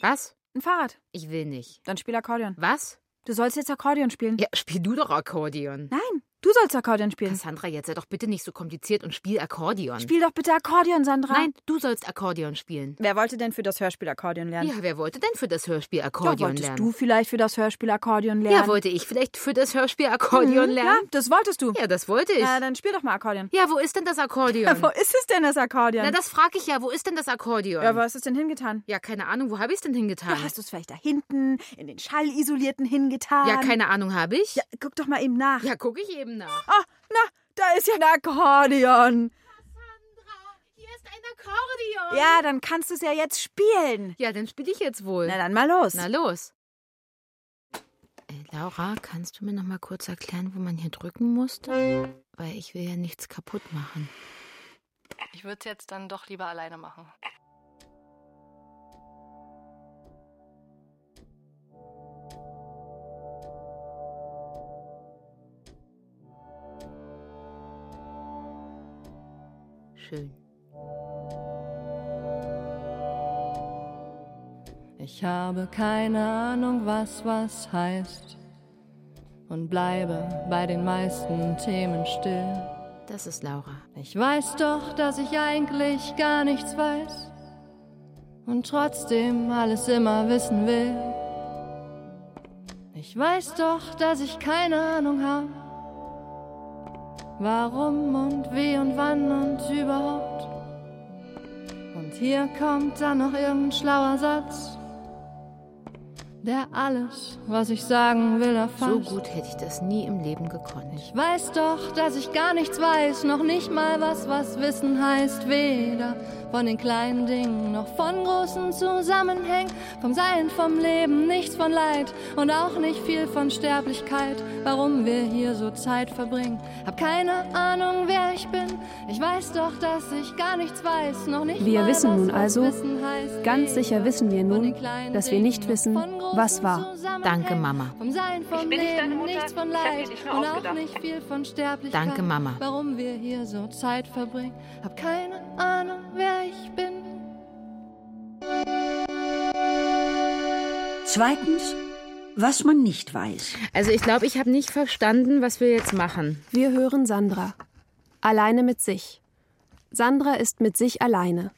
Speaker 3: was?
Speaker 2: Ein Fahrrad.
Speaker 3: Ich will nicht.
Speaker 2: Dann spiel Akkordeon.
Speaker 3: Was?
Speaker 2: Du sollst jetzt Akkordeon spielen.
Speaker 3: Ja, spiel du doch Akkordeon.
Speaker 2: Nein, du sollst Akkordeon spielen.
Speaker 3: Cassandra, jetzt sei doch bitte nicht so kompliziert und spiel Akkordeon.
Speaker 2: Spiel doch bitte Akkordeon, Sandra.
Speaker 3: Nein, du sollst Akkordeon spielen.
Speaker 2: Wer wollte denn für das Hörspiel Akkordeon lernen?
Speaker 3: Ja, wer wollte denn für das Hörspiel
Speaker 2: ja,
Speaker 3: Akkordeon
Speaker 2: wolltest
Speaker 3: lernen?
Speaker 2: du vielleicht für das Hörspiel Akkordeon lernen? Mhm,
Speaker 3: Ja, wollte ich vielleicht für das Hörspiel Akkordeon
Speaker 2: Ja,
Speaker 3: lernen?
Speaker 2: das wolltest du.
Speaker 3: Ja. das wollte ich.
Speaker 2: Na, dann spiel doch mal Akkordeon.
Speaker 3: ja, wo ist denn das Akkordeon?
Speaker 2: Wo ist es denn, das Akkordeon?
Speaker 3: Na, das frage ich ja. Wo ist denn das Akkordeon?
Speaker 2: ja, wo hast du es denn hingetan?
Speaker 3: Ja, keine Ahnung. Wo habe ich es denn hingetan?
Speaker 2: Ja, hast du es vielleicht da hinten, in den Schallisolierten hingetan?
Speaker 3: Ja, keine Ahnung habe ich.
Speaker 2: Ja, guck doch mal eben nach.
Speaker 3: ja gucke ich eben nach.
Speaker 2: Ah, na, da ist ja ein Akkordeon.
Speaker 3: Hier ist ein Akkordeon.
Speaker 2: Ja, dann kannst du es ja jetzt spielen.
Speaker 3: Ja, dann spiele ich jetzt wohl.
Speaker 2: Na dann mal los.
Speaker 3: Na los. Äh, Laura, kannst du mir noch mal kurz erklären, wo man hier drücken musste? Weil ich will ja nichts kaputt machen.
Speaker 9: Ich würde es jetzt dann doch lieber alleine machen.
Speaker 3: Schön.
Speaker 10: Ich habe keine Ahnung, was was heißt und bleibe bei den meisten Themen still.
Speaker 3: Das ist Laura.
Speaker 10: Ich weiß doch, dass ich eigentlich gar nichts weiß und trotzdem alles immer wissen will. Ich weiß doch, dass ich keine Ahnung habe, warum und wie und wann und überhaupt. Und hier kommt dann noch irgendein schlauer Satz, der alles, was ich sagen will,
Speaker 3: So
Speaker 10: erfasst.
Speaker 3: gut hätte ich das nie im Leben gekonnt.
Speaker 10: Ich weiß doch, dass ich gar nichts weiß, noch nicht mal was, was Wissen heißt. Weder von den kleinen Dingen noch von großen Zusammenhängen. Vom Sein, vom Leben, nichts von Leid und auch nicht viel von Sterblichkeit. Warum wir hier so Zeit verbringen, hab keine Ahnung, wer ich bin. Ich weiß doch, dass ich gar nichts weiß, noch nicht
Speaker 5: Wir
Speaker 10: mal
Speaker 5: wissen
Speaker 10: was,
Speaker 5: nun
Speaker 10: was
Speaker 5: also,
Speaker 10: Wissen heißt.
Speaker 5: Ganz sicher wissen wir
Speaker 10: Von
Speaker 5: nun,
Speaker 10: den kleinen
Speaker 5: dass wir nicht
Speaker 10: Dingen,
Speaker 5: wissen,
Speaker 10: von großen
Speaker 5: was war.
Speaker 3: Danke,
Speaker 10: Zusammenhängen.
Speaker 3: Mama.
Speaker 10: Vom Sein, vom
Speaker 9: Ich bin nicht
Speaker 10: Leben,
Speaker 9: deine Mutter.
Speaker 10: nichts von
Speaker 9: Ich hab dir
Speaker 10: Leid
Speaker 9: dich
Speaker 10: und
Speaker 9: nur
Speaker 10: auch
Speaker 9: ausgedacht.
Speaker 10: nicht viel von Sterblichkeit.
Speaker 3: Danke, Mama.
Speaker 10: Warum wir hier so Zeit verbringen, hab keine Ahnung, wer ich bin.
Speaker 4: Zweitens, was man nicht weiß.
Speaker 3: Also ich glaube, ich habe nicht verstanden, was wir jetzt machen.
Speaker 5: Wir hören Sandra. Alleine mit sich. Sandra ist mit sich alleine.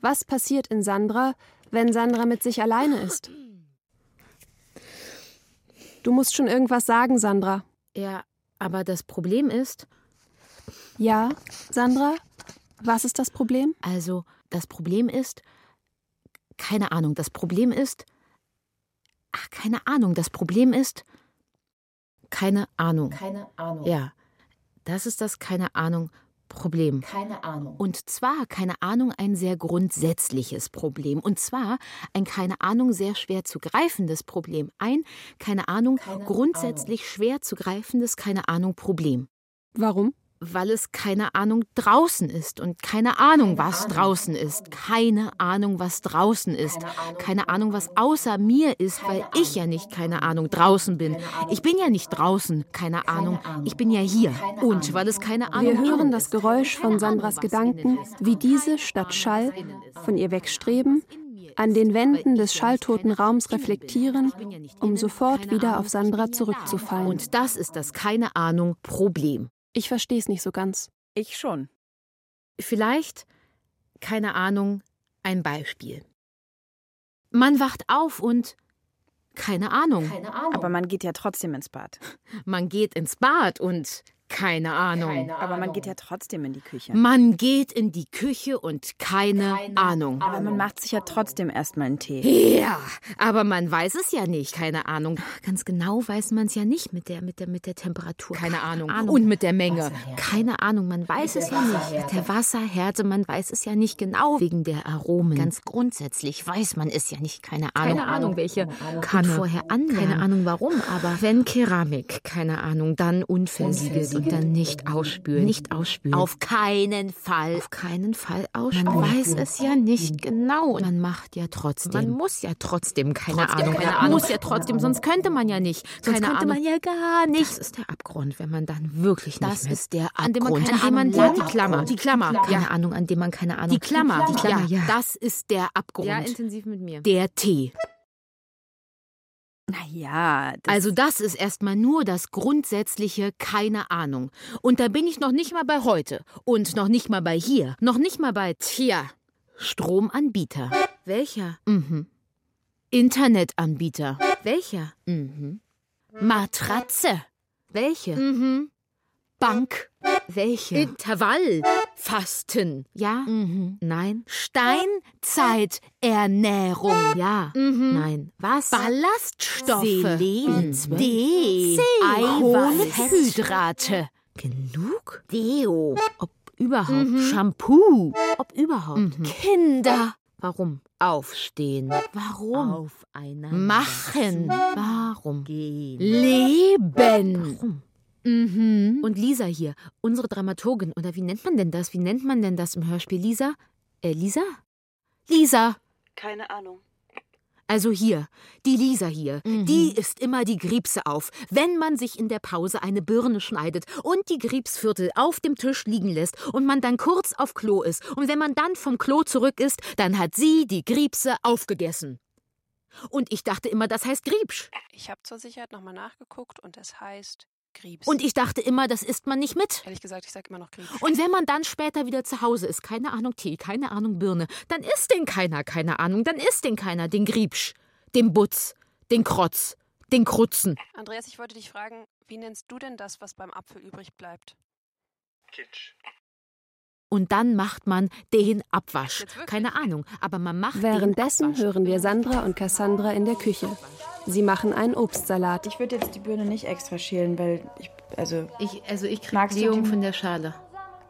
Speaker 5: Was passiert in Sandra, wenn Sandra mit sich alleine ist? Du musst schon irgendwas sagen, Sandra.
Speaker 3: Ja, aber das Problem ist,
Speaker 5: Ja, Sandra? Was ist das Problem?
Speaker 3: also das Problem ist, keine Ahnung, das Problem ist, ach, keine Ahnung, das Problem ist, keine Ahnung. Keine Ahnung. Ja, das ist das keine Ahnung Problem. Keine Ahnung. Und zwar keine Ahnung ein sehr grundsätzliches Problem. Und zwar ein keine Ahnung sehr schwer zu greifendes Problem. Ein keine Ahnung grundsätzlich schwer zu greifendes keine Ahnung Problem.
Speaker 5: Warum?
Speaker 3: weil es keine Ahnung draußen ist und keine Ahnung, was draußen ist. Keine Ahnung, was draußen ist. Keine Ahnung, was außer mir ist, weil ich ja nicht keine Ahnung draußen bin. Ich bin ja nicht draußen, keine Ahnung. Ich bin ja hier. Und weil es keine Ahnung
Speaker 5: Wir hören
Speaker 3: innen
Speaker 5: das
Speaker 3: ist.
Speaker 5: Geräusch von
Speaker 3: Keine
Speaker 5: Sandras
Speaker 3: Ahnung, was innen
Speaker 5: Gedanken,
Speaker 3: ist.
Speaker 5: wie diese statt
Speaker 3: Keine
Speaker 5: Schall
Speaker 3: Ahnung, was innen ist.
Speaker 5: von ihr wegstreben, an den Wänden des schalltoten Raums reflektieren, um sofort wieder auf Sandra zurückzufallen.
Speaker 3: Und das ist das keine Ahnung Problem.
Speaker 5: Ich verstehe es nicht so ganz.
Speaker 2: Ich schon.
Speaker 3: vielleicht, keine Ahnung, Ein Beispiel. Man wacht auf und keine Ahnung.
Speaker 7: Aber man geht ja trotzdem ins Bad.
Speaker 3: Man geht ins Bad und keine Ahnung.
Speaker 7: Aber man geht ja trotzdem in die Küche.
Speaker 3: Man geht in die Küche und keine, Ahnung.
Speaker 7: Aber man macht sich ja trotzdem erstmal einen Tee.
Speaker 3: Ja, aber man weiß es ja nicht, keine Ahnung. Ganz genau weiß man es ja nicht mit der, mit der, mit der Temperatur, keine Ahnung. Und mit der Menge, keine Ahnung, man weiß es ja nicht. Mit der Wasserhärte, man weiß es ja nicht genau. Wegen der Aromen. Ganz grundsätzlich weiß man es ja nicht, keine Ahnung. Keine Ahnung, welche kann vorher an. Keine Ahnung warum, aber wenn Keramik, keine Ahnung, dann unversiegelt und dann nicht ausspülen. Nicht ausspülen. Auf keinen Fall. Auf keinen Fall ausspülen. Man weiß es ja nicht genau. Und man macht ja trotzdem. Man muss ja trotzdem, keine Ahnung. Keine Ahnung. Muss ja trotzdem, sonst könnte man ja nicht. Sonst könnte man ja gar nicht. Das ist der Abgrund, wenn man dann wirklich nicht Das ist der Abgrund. An dem man, keine an dem man die Klammer. Die Klammer. Keine Ahnung, an dem man keine Ahnung. Die Klammer. Die Klammer, ja. Das ist der Abgrund. Ja, intensiv mit mir. Der Tee.
Speaker 7: Naja, das
Speaker 3: Also das ist erstmal nur das grundsätzliche keine Ahnung. Und da bin ich noch nicht mal bei heute und noch nicht mal bei hier, noch nicht mal bei tja. Stromanbieter. Welcher? Mhm. Internetanbieter. Welcher? Mhm. Matratze. Welche? Mhm. Bank. Welche? Intervall. Fasten. Ja. Mhm. Nein. Steinzeiternährung. Ja. Mhm. Nein. Was? Ballaststoffe. Selen. D. Eiweißhydrate. Genug? Deo. Ob überhaupt. Shampoo. Ob überhaupt. Mhm. Kinder. Warum? Aufstehen. Warum? Aufeinander. Machen. Warum? Gehen. Leben. Warum? Mhm. Und Lisa hier, unsere Dramaturgin, oder wie nennt man denn das? Wie nennt man denn das im Hörspiel? Lisa? Äh, Lisa? Lisa!
Speaker 8: Keine Ahnung.
Speaker 3: Also hier, die Lisa hier, die ist immer die Griebse auf, wenn man sich in der Pause eine Birne schneidet und die Griebsviertel auf dem Tisch liegen lässt und man dann kurz auf Klo ist und wenn man dann vom Klo zurück ist, dann hat sie die Griebse aufgegessen. Und ich dachte immer, das heißt Griebsch.
Speaker 8: Ich habe zur Sicherheit nochmal nachgeguckt und es heißt Griebs.
Speaker 3: Und ich dachte immer, das isst man nicht mit.
Speaker 8: Ehrlich gesagt, ich sage immer noch Griebs.
Speaker 3: Und wenn man dann später wieder zu Hause ist, keine Ahnung Tee, keine Ahnung Birne, dann isst den keiner, keine Ahnung, dann isst den keiner, den Griebsch, den Butz, den Krotz, den Krutzen.
Speaker 8: Andreas, ich wollte dich fragen, wie nennst du denn das, was beim Apfel übrig bleibt?
Speaker 11: Kitsch.
Speaker 3: Und dann macht man den Abwasch.
Speaker 8: Jetzt wirklich?
Speaker 3: Keine Ahnung, aber man macht
Speaker 5: Währenddessen
Speaker 3: den Abwasch.
Speaker 5: hören wir Sandra und Cassandra in der Küche. Sie machen einen Obstsalat.
Speaker 7: Ich würde jetzt die Birne nicht extra schälen, weil ich. Also,
Speaker 12: Ich, also ich krieg
Speaker 7: Magst du
Speaker 12: Blähung
Speaker 7: die-
Speaker 12: von der Schale.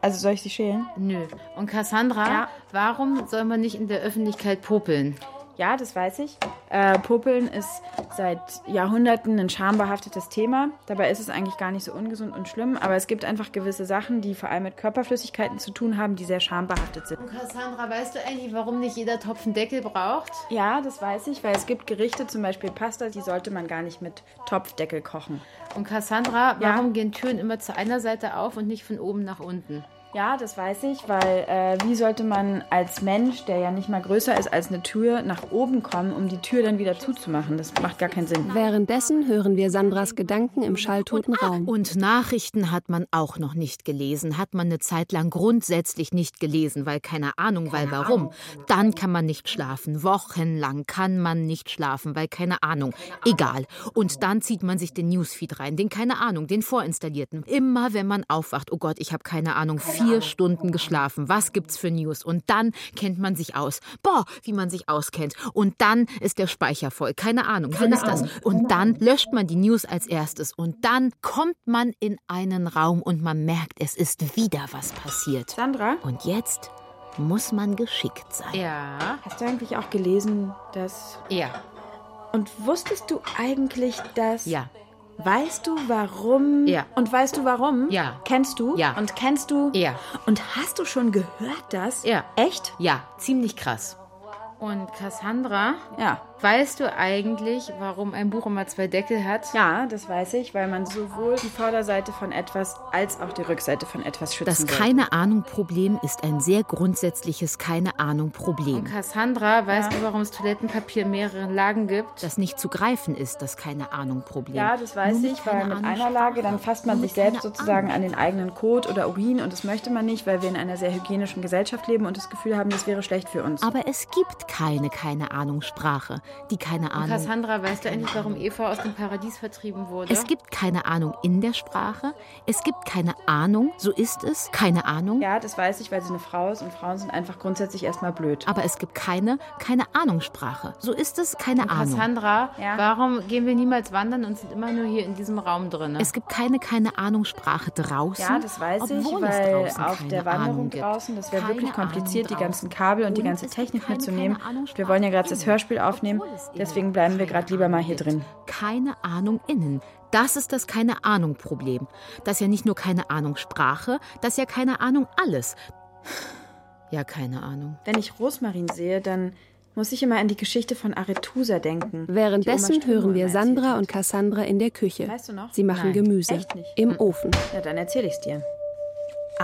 Speaker 7: also soll ich sie schälen?
Speaker 12: Nö. Und Cassandra,
Speaker 7: Ja.
Speaker 12: warum soll man nicht in der Öffentlichkeit popeln?
Speaker 7: Ja, das weiß ich. Äh, Popeln ist seit Jahrhunderten ein schambehaftetes Thema. Dabei ist es eigentlich gar nicht so ungesund und schlimm, aber es gibt einfach gewisse Sachen, die vor allem mit Körperflüssigkeiten zu tun haben, die sehr schambehaftet sind.
Speaker 12: Und Cassandra, weißt du eigentlich, warum nicht jeder Topf einen Deckel braucht?
Speaker 7: Ja, das weiß ich, weil es gibt Gerichte, zum Beispiel Pasta, die sollte man gar nicht mit Topfdeckel kochen.
Speaker 12: Und Cassandra, warum gehen Türen immer zu einer Seite auf und nicht von oben nach unten?
Speaker 7: Ja, das weiß ich, weil äh, wie sollte man als Mensch, der ja nicht mal größer ist als eine Tür, nach oben kommen, um die Tür dann wieder zuzumachen? Das macht gar keinen Sinn.
Speaker 5: Währenddessen hören wir Sandras Gedanken im schalltoten
Speaker 2: Ah, oh,
Speaker 5: Raum.
Speaker 3: Und Nachrichten hat man auch noch nicht gelesen, hat man eine Zeit lang grundsätzlich nicht gelesen, weil keine Ahnung, weil warum. Dann kann man nicht schlafen, wochenlang kann man nicht schlafen, weil keine Ahnung, egal. Und dann zieht man sich den Newsfeed rein, den keine Ahnung, den vorinstallierten. Immer wenn man aufwacht, oh Gott, ich habe keine Ahnung, vier Stunden geschlafen, was gibt's für News? Und dann kennt man sich aus. Boah, wie man sich auskennt. Und dann ist der Speicher voll, keine Ahnung, wann ist das? Und dann löscht man die News als erstes und dann kommt man in einen Raum und man merkt, es ist wieder was passiert.
Speaker 7: Sandra,
Speaker 3: Und jetzt muss man geschickt sein. Ah.
Speaker 12: Ja.
Speaker 7: hast du eigentlich auch gelesen, dass.
Speaker 12: Ja.
Speaker 7: Und wusstest du eigentlich, dass.
Speaker 12: Ja.
Speaker 7: Weißt du warum?
Speaker 12: Ja.
Speaker 7: Und weißt du warum?
Speaker 12: Ja.
Speaker 7: Kennst du?
Speaker 12: Ja.
Speaker 7: Und kennst du?
Speaker 12: Ja.
Speaker 7: Und hast du schon gehört das?
Speaker 12: Ja.
Speaker 7: Echt?
Speaker 12: Ja, ziemlich krass. Und Cassandra,
Speaker 7: Ja. Weißt du eigentlich, warum ein Buch immer zwei Deckel hat?
Speaker 2: Ja, das weiß ich, weil man sowohl die Vorderseite von etwas als auch die Rückseite von etwas schützen
Speaker 3: Das
Speaker 2: will.
Speaker 3: keine Ahnung Problem ist ein sehr grundsätzliches keine Ahnung Problem,
Speaker 7: Und Cassandra, weißt du, warum es Toilettenpapier in mehreren Lagen gibt?
Speaker 3: das nicht zu greifen ist, das keine Ahnung Problem.
Speaker 2: Ja, das weiß
Speaker 3: Nur mit
Speaker 2: ich, weil
Speaker 3: keine
Speaker 2: mit
Speaker 3: Ahnung
Speaker 2: einer Lage, dann fasst man
Speaker 3: Nur
Speaker 2: sich
Speaker 3: mit
Speaker 2: selbst
Speaker 3: keine
Speaker 2: sozusagen
Speaker 3: Ahnung.
Speaker 2: an den eigenen Kot oder Urin und das möchte man nicht, weil wir in einer sehr hygienischen Gesellschaft leben und das Gefühl haben, das wäre schlecht für uns.
Speaker 3: Aber es gibt keine keine Ahnung Sprache, die keine
Speaker 7: Und
Speaker 3: Ahnung
Speaker 7: Cassandra, weißt du eigentlich, warum Eva aus dem Paradies vertrieben wurde?
Speaker 3: Es gibt keine Ahnung in der Sprache. Es gibt keine Ahnung. So ist es. Keine Ahnung.
Speaker 2: Ja, das weiß ich, weil sie eine Frau ist und Frauen sind einfach grundsätzlich erstmal blöd.
Speaker 3: Aber es gibt keine, keine Ahnungssprache. So ist es. Keine
Speaker 7: Und
Speaker 3: Ahnung.
Speaker 7: Cassandra,
Speaker 2: Ja.
Speaker 7: warum gehen wir niemals wandern und sind immer nur hier in diesem Raum drin?
Speaker 3: Es gibt keine, keine Ahnungssprache draußen.
Speaker 2: Ne? Ja, das weiß ich,
Speaker 3: obwohl es
Speaker 2: weil
Speaker 3: draußen
Speaker 2: auf
Speaker 3: keine
Speaker 2: der
Speaker 3: Ahnung
Speaker 2: Wanderung
Speaker 3: gibt.
Speaker 2: draußen, das wäre
Speaker 3: Keine
Speaker 2: wirklich kompliziert, die
Speaker 3: Ahnung
Speaker 2: ganzen
Speaker 3: draußen.
Speaker 2: Kabel und die
Speaker 3: Und
Speaker 2: ganze
Speaker 3: es gibt
Speaker 2: Technik
Speaker 3: keine,
Speaker 2: mitzunehmen.
Speaker 3: keine Ahnungssprache
Speaker 2: Wir wollen ja gerade das
Speaker 3: innen,
Speaker 2: Hörspiel aufnehmen,
Speaker 3: obwohl es innen
Speaker 2: deswegen bleiben wir
Speaker 3: keine
Speaker 2: gerade lieber mal
Speaker 3: Ahnung
Speaker 2: hier
Speaker 3: gibt.
Speaker 2: drin.
Speaker 3: Keine Ahnung innen. Das ist das keine Ahnung Problem. Das ist ja nicht nur keine Ahnung Sprache, das ist ja keine Ahnung alles. Ja, keine Ahnung.
Speaker 2: Wenn ich Rosmarin sehe, dann muss ich immer an die Geschichte von Arethusa denken. die Oma
Speaker 13: Währenddessen
Speaker 2: Strömer
Speaker 13: hören wir
Speaker 2: immer
Speaker 13: Sandra
Speaker 2: erzählt
Speaker 13: und Cassandra in der Küche.
Speaker 2: Weißt du noch?
Speaker 13: Sie machen
Speaker 2: Nein,
Speaker 13: Gemüse
Speaker 2: echt nicht. Hm.
Speaker 13: im Ofen.
Speaker 2: hat. Ja, dann erzähle ich's dir.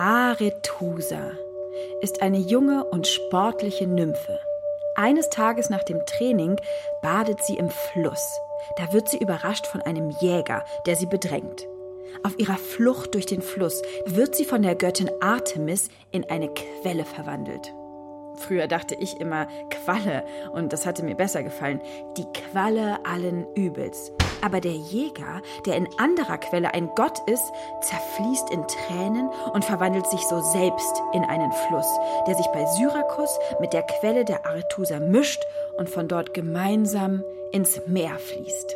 Speaker 2: Arethusa ist eine junge und sportliche Nymphe. Eines Tages nach dem Training badet sie im Fluss. Da wird sie überrascht von einem Jäger, der sie bedrängt. Auf ihrer Flucht durch den Fluss wird sie von der Göttin Artemis in eine Quelle verwandelt. Früher dachte ich immer Qualle und das hatte mir besser gefallen. Die Qualle allen Übels. Aber der Jäger, der in anderer Quelle ein Gott ist, zerfließt in Tränen und verwandelt sich so selbst in einen Fluss, der sich bei Syrakus mit der Quelle der Arethusa mischt und von dort gemeinsam ins Meer fließt.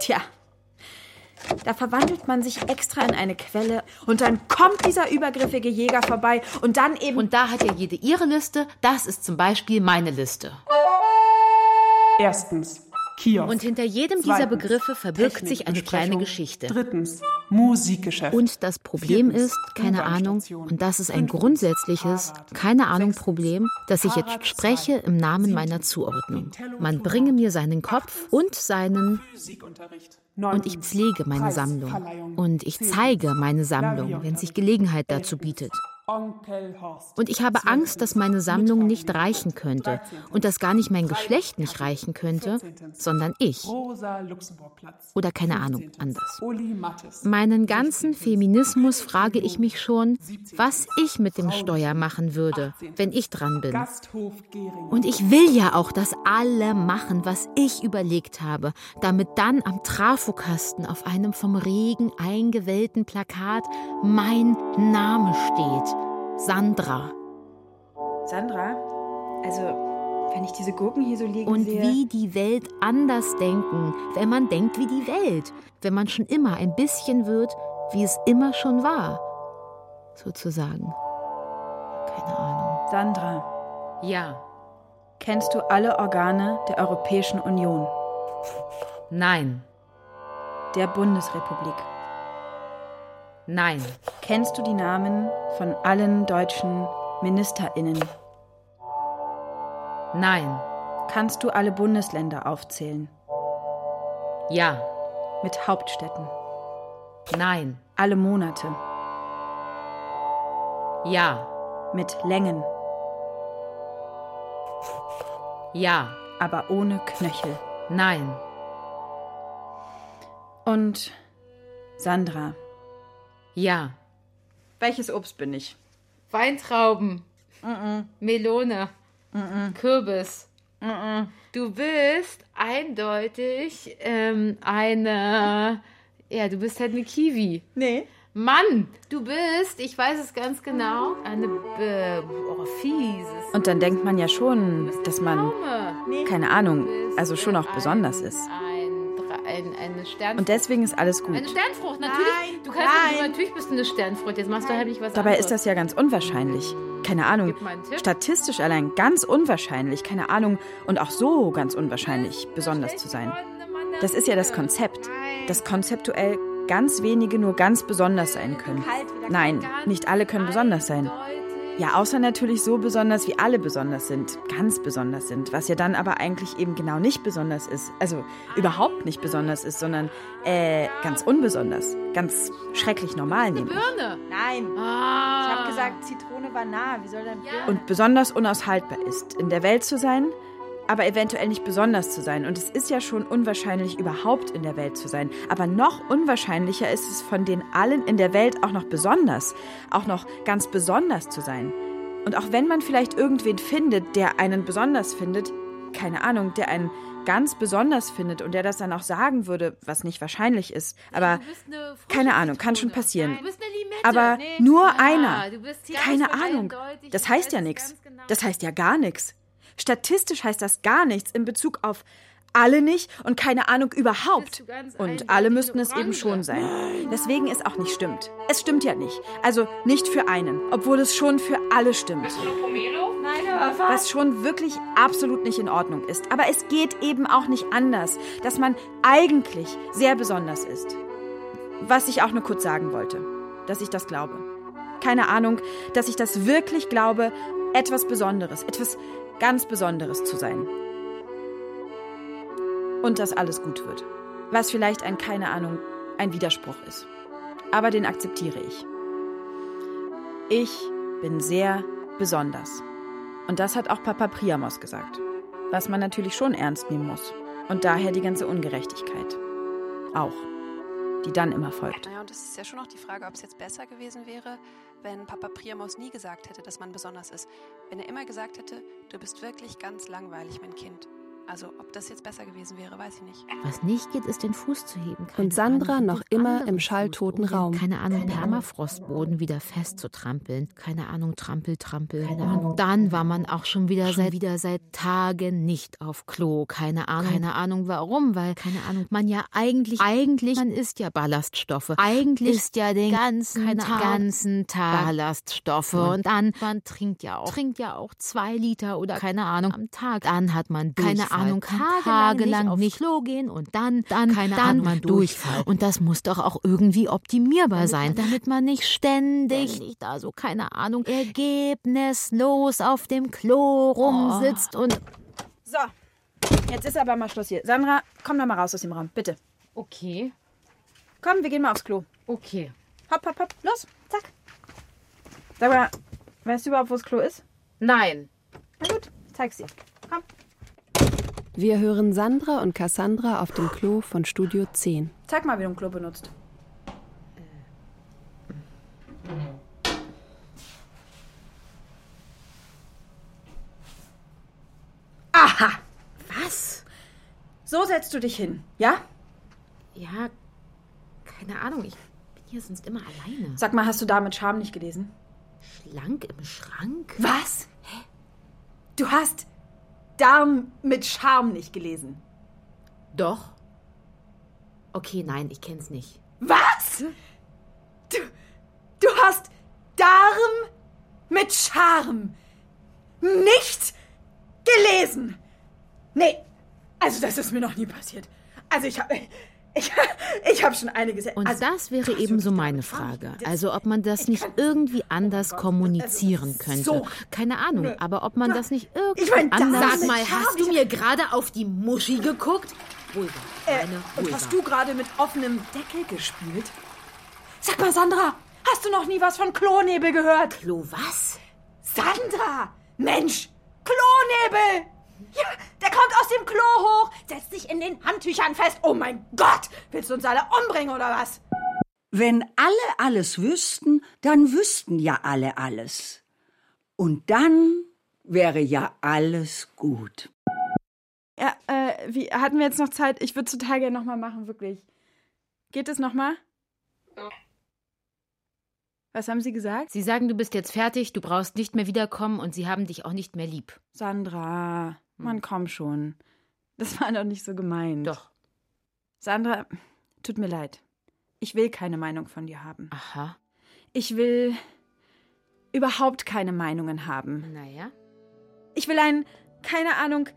Speaker 2: Tja, da verwandelt man sich extra in eine Quelle und dann kommt dieser übergriffige Jäger vorbei und dann eben
Speaker 3: Und da hat ja jede ihre Liste. Das ist zum Beispiel meine Liste.
Speaker 14: Erstens Kiosk.
Speaker 3: Und hinter jedem dieser
Speaker 14: Zweitens,
Speaker 3: Begriffe verbirgt sich eine kleine
Speaker 14: Technikbesprechung.
Speaker 3: Geschichte.
Speaker 14: Drittens Musikgeschäft.
Speaker 3: Und das Problem
Speaker 14: Viertens,
Speaker 3: ist, keine Ahnung,
Speaker 14: U-Bahn-Station.
Speaker 3: und das ist ein
Speaker 14: Fünftens,
Speaker 3: grundsätzliches,
Speaker 14: Fahrrad.
Speaker 3: keine Ahnung
Speaker 14: Sechstens,
Speaker 3: Problem, dass ich jetzt
Speaker 14: Fahrrad
Speaker 3: spreche
Speaker 14: zwei.
Speaker 3: im Namen
Speaker 14: Siebtens,
Speaker 3: meiner Zuordnung.
Speaker 14: Intello
Speaker 3: Man
Speaker 14: Total.
Speaker 3: bringe mir seinen Kopf und seinen
Speaker 14: Physikunterricht.
Speaker 3: und ich
Speaker 14: Neuntens,
Speaker 3: pflege meine Sammlung
Speaker 14: Preisverleihung.
Speaker 3: und ich
Speaker 14: Zehntens,
Speaker 3: zeige meine Sammlung, wenn sich Gelegenheit dazu bietet.
Speaker 14: Onkel Horst.
Speaker 3: Und ich habe Angst, dass meine Sammlung nicht reichen könnte und dass gar nicht mein Geschlecht nicht reichen könnte, sondern ich
Speaker 14: Rosa Luxemburg-Platz.
Speaker 3: oder keine Ahnung anders.
Speaker 14: Uli Mattes.
Speaker 3: Meinen ganzen Feminismus frage ich mich schon, was ich mit dem Steuer machen würde, wenn ich dran bin.
Speaker 14: Gasthof Gehring.
Speaker 3: Und ich will ja auch, dass alle machen, was ich überlegt habe, damit dann am Trafokasten auf einem vom Regen eingewellten Plakat mein Name steht. Sandra.
Speaker 2: Sandra, also wenn ich diese Gurken hier so liegen
Speaker 3: Und
Speaker 2: sehe,
Speaker 3: wie die Welt anders denken, wenn man denkt wie die Welt, wenn man schon immer ein bisschen wird, wie es immer schon war. Sozusagen. Keine Ahnung.
Speaker 2: Sandra,
Speaker 7: ja,
Speaker 2: kennst du alle Organe der Europäischen Union,
Speaker 7: nein,
Speaker 2: der Bundesrepublik?
Speaker 7: nein,
Speaker 2: Kennst du die Namen von allen deutschen Ministerinnen?
Speaker 7: nein,
Speaker 2: Kannst du alle Bundesländer aufzählen
Speaker 7: ja,
Speaker 2: mit Hauptstädten?
Speaker 7: nein,
Speaker 2: Alle Monate
Speaker 7: ja,
Speaker 2: mit Längen,
Speaker 7: ja,
Speaker 2: aber ohne Knöchel.
Speaker 7: nein,
Speaker 2: Und Sandra,
Speaker 7: ja.
Speaker 2: welches Obst bin ich?
Speaker 7: Weintrauben, Melone, Kürbis. Du bist eindeutig ähm, eine. Ja, du bist halt eine Kiwi.
Speaker 2: Nee.
Speaker 7: Mann, du bist, ich weiß es ganz genau, eine. Be oh, fieses.
Speaker 2: Und dann denkt man ja schon, dass man
Speaker 7: Pflaume.
Speaker 2: keine Ahnung, also schon auch besonders ist.
Speaker 7: Ein, ein, eine Sternfrucht.
Speaker 2: Und deswegen ist alles gut.
Speaker 7: eine Sternfrucht, natürlich. du kannst Du, natürlich bist du eine Sternfrucht. Jetzt machst du heimlich was
Speaker 2: Dabei ist
Speaker 7: anderes.
Speaker 2: das ja ganz unwahrscheinlich. Keine Ahnung.
Speaker 7: Gib mal einen Tipp.
Speaker 2: Statistisch allein ganz unwahrscheinlich, keine Ahnung. Und auch so ganz unwahrscheinlich, besonders zu sein. Das ist ja das Konzept. Dass konzeptuell ganz wenige nur ganz besonders sein können. Nein, nicht alle können besonders sein. Ja, außer natürlich so besonders, wie alle besonders sind, ganz besonders sind, was ja dann aber eigentlich eben genau nicht besonders ist. Also überhaupt nicht besonders ist, sondern äh, ganz unbesonders, ganz schrecklich normal nämlich.
Speaker 7: Birne.
Speaker 2: Nein.
Speaker 7: Ah.
Speaker 2: Ich hab gesagt, Zitrone war nah. Wie soll denn Und besonders unaushaltbar ist, in der Welt zu sein, aber eventuell nicht besonders zu sein. Und es ist ja schon unwahrscheinlich, überhaupt in der Welt zu sein. Aber noch unwahrscheinlicher ist es, von den allen in der Welt auch noch besonders, auch noch ganz besonders zu sein. Und auch wenn man vielleicht irgendwen findet, der einen besonders findet, keine Ahnung, der einen ganz besonders findet und der das dann auch sagen würde, was nicht wahrscheinlich ist, aber keine Ahnung, kann schon passieren. Aber nur einer, keine Ahnung, das heißt genau ja nichts. Das heißt ja gar nichts. Statistisch heißt das gar nichts in Bezug auf alle nicht und keine Ahnung überhaupt. Und alle müssten es eben schon sein. Deswegen ist auch nicht stimmt. Es stimmt ja nicht. Also nicht für einen, obwohl es schon für alle stimmt. Was schon wirklich absolut nicht in Ordnung ist. Aber es geht eben auch nicht anders, dass man eigentlich sehr besonders ist. Was ich auch nur kurz sagen wollte, dass ich das glaube. Keine Ahnung, dass ich das wirklich glaube, etwas Besonderes, etwas ganz Besonderes zu sein. Und dass alles gut wird. Was vielleicht ein, keine Ahnung, ein Widerspruch ist. Aber den akzeptiere ich. Ich bin sehr besonders. Und das hat auch Papa Priamos gesagt. Was man natürlich schon ernst nehmen muss. Und daher die ganze Ungerechtigkeit. Auch. Die dann immer folgt.
Speaker 8: Naja, und es ist ja schon noch die Frage, ob es jetzt besser gewesen wäre, wenn Papa Priamos nie gesagt hätte, dass man besonders ist. Wenn er immer gesagt hätte, du bist wirklich ganz langweilig, mein Kind. Also, ob das jetzt besser gewesen wäre, weiß ich nicht.
Speaker 3: Was nicht geht, ist den Fuß zu heben.
Speaker 13: Und Sandra
Speaker 3: Ahnung,
Speaker 13: noch
Speaker 3: auf
Speaker 13: immer
Speaker 3: andere
Speaker 13: im schalltoten Raum.
Speaker 3: Keine Ahnung, Permafrostboden wieder fest zu trampeln. Keine Ahnung, Trampel, Trampel. Keine Ahnung. Dann war man auch schon wieder, seit, wieder seit Tagen nicht auf Klo. Keine Ahnung. Keine Ahnung warum, weil keine Ahnung. Man ja eigentlich, eigentlich, man isst ja Ballaststoffe. Eigentlich ist ja den ganzen,
Speaker 7: Keine
Speaker 3: Tag,
Speaker 7: Ahnung.
Speaker 3: ganzen Tag Ballaststoffe. Und dann, man trinkt ja auch, trinkt ja auch zwei Liter oder keine Ahnung am Tag. Dann hat man keine
Speaker 7: Durchfall.
Speaker 3: Ahnung, kann tagelang nicht aufs Klo gehen und dann, dann,
Speaker 7: keine
Speaker 3: dann
Speaker 7: Ahnung, man
Speaker 3: Durchfall. Und das muss doch auch irgendwie optimierbar sein, damit man nicht ständig, ständig da so, keine Ahnung, ergebnislos auf dem Klo rumsitzt und.
Speaker 2: So, jetzt ist aber mal Schluss hier. Sandra, komm doch mal raus aus dem Raum, bitte.
Speaker 7: Okay.
Speaker 2: Komm, wir gehen mal aufs Klo.
Speaker 7: Okay.
Speaker 2: Hopp, hopp, hopp, los, zack. Sag mal, weißt du überhaupt, wo das Klo ist?
Speaker 7: Nein.
Speaker 2: Na gut, zeig's dir.
Speaker 13: Wir hören Sandra und Cassandra auf dem Klo von Studio 10.
Speaker 2: Zeig mal, wie du ein Klo benutzt. Aha! Was? So setzt du dich hin, ja?
Speaker 3: Ja, keine Ahnung, ich bin hier sonst immer alleine.
Speaker 2: Sag mal, hast du damit Scham nicht gelesen?
Speaker 3: Schlank im Schrank?
Speaker 2: Was? Du hast Darm mit Charme nicht gelesen.
Speaker 3: Doch. Okay, nein, ich kenn's nicht.
Speaker 2: Was? Du, du hast Darm mit Charme nicht gelesen. Nee, also das ist mir noch nie passiert. Also ich habe ich, ich hab schon einiges.
Speaker 3: Und
Speaker 2: also,
Speaker 3: das wäre ebenso meine Frage. Also ob man das nicht Oh irgendwie anders kommunizieren könnte.
Speaker 2: so-
Speaker 3: Keine Ahnung, aber ob man das nicht irgendwie
Speaker 2: Ich mein, das
Speaker 3: anders...
Speaker 2: ist Sag mal, nicht hast wahr. du
Speaker 3: mir gerade auf die Muschi geguckt? Vulva,
Speaker 2: äh,
Speaker 3: meine
Speaker 2: und
Speaker 3: Vulva.
Speaker 2: hast du gerade mit offenem Deckel gespielt? Sag mal, Sandra, hast du noch nie was von Klonebel gehört?
Speaker 3: Klo was?
Speaker 2: Sandra! Mensch! Klonebel! Ja, der kommt aus dem Klo hoch, setzt sich in den Handtüchern fest. Oh mein Gott! Willst du uns alle umbringen oder was?
Speaker 4: Wenn alle alles wüssten, dann wüssten ja alle alles. Und dann wäre ja alles gut.
Speaker 2: Ja, äh, wie, hatten wir jetzt noch Zeit? Ich würde total gerne nochmal machen, wirklich. Geht es nochmal? Was haben Sie gesagt?
Speaker 7: Sie sagen, du bist jetzt fertig, du brauchst nicht mehr wiederkommen und sie haben dich auch nicht mehr lieb.
Speaker 2: Sandra, Mann, komm schon. Das war doch nicht so gemeint.
Speaker 7: Doch.
Speaker 2: Sandra, tut mir leid. Ich will keine Meinung von dir haben.
Speaker 7: Aha.
Speaker 2: Ich will überhaupt keine Meinungen haben.
Speaker 7: Naja.
Speaker 2: Ich will ein, keine Ahnung,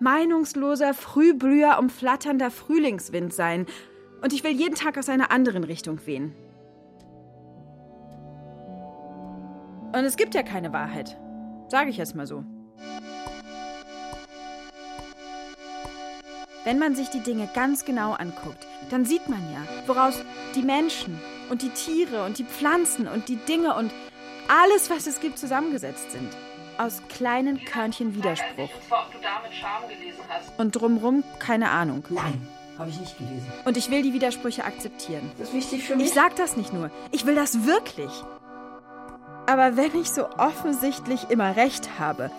Speaker 2: meinungsloser Frühblüher umflatternder Frühlingswind sein. Und ich will jeden Tag aus einer anderen Richtung wehen. Und es gibt ja keine Wahrheit. Sage ich jetzt mal so. Wenn man sich die Dinge ganz genau anguckt, dann sieht man ja, woraus die Menschen und die Tiere und die Pflanzen und die Dinge und alles, was es gibt, zusammengesetzt sind. Aus kleinen Körnchen Widerspruch.
Speaker 15: Ob du damit Scham gelesen hast.
Speaker 2: Und drumrum keine Ahnung.
Speaker 16: Nein, habe ich nicht gelesen.
Speaker 2: Und ich will die Widersprüche akzeptieren.
Speaker 16: Das ist wichtig für mich.
Speaker 2: Ich sag das nicht nur. Ich will das wirklich. Aber wenn ich so offensichtlich immer recht habe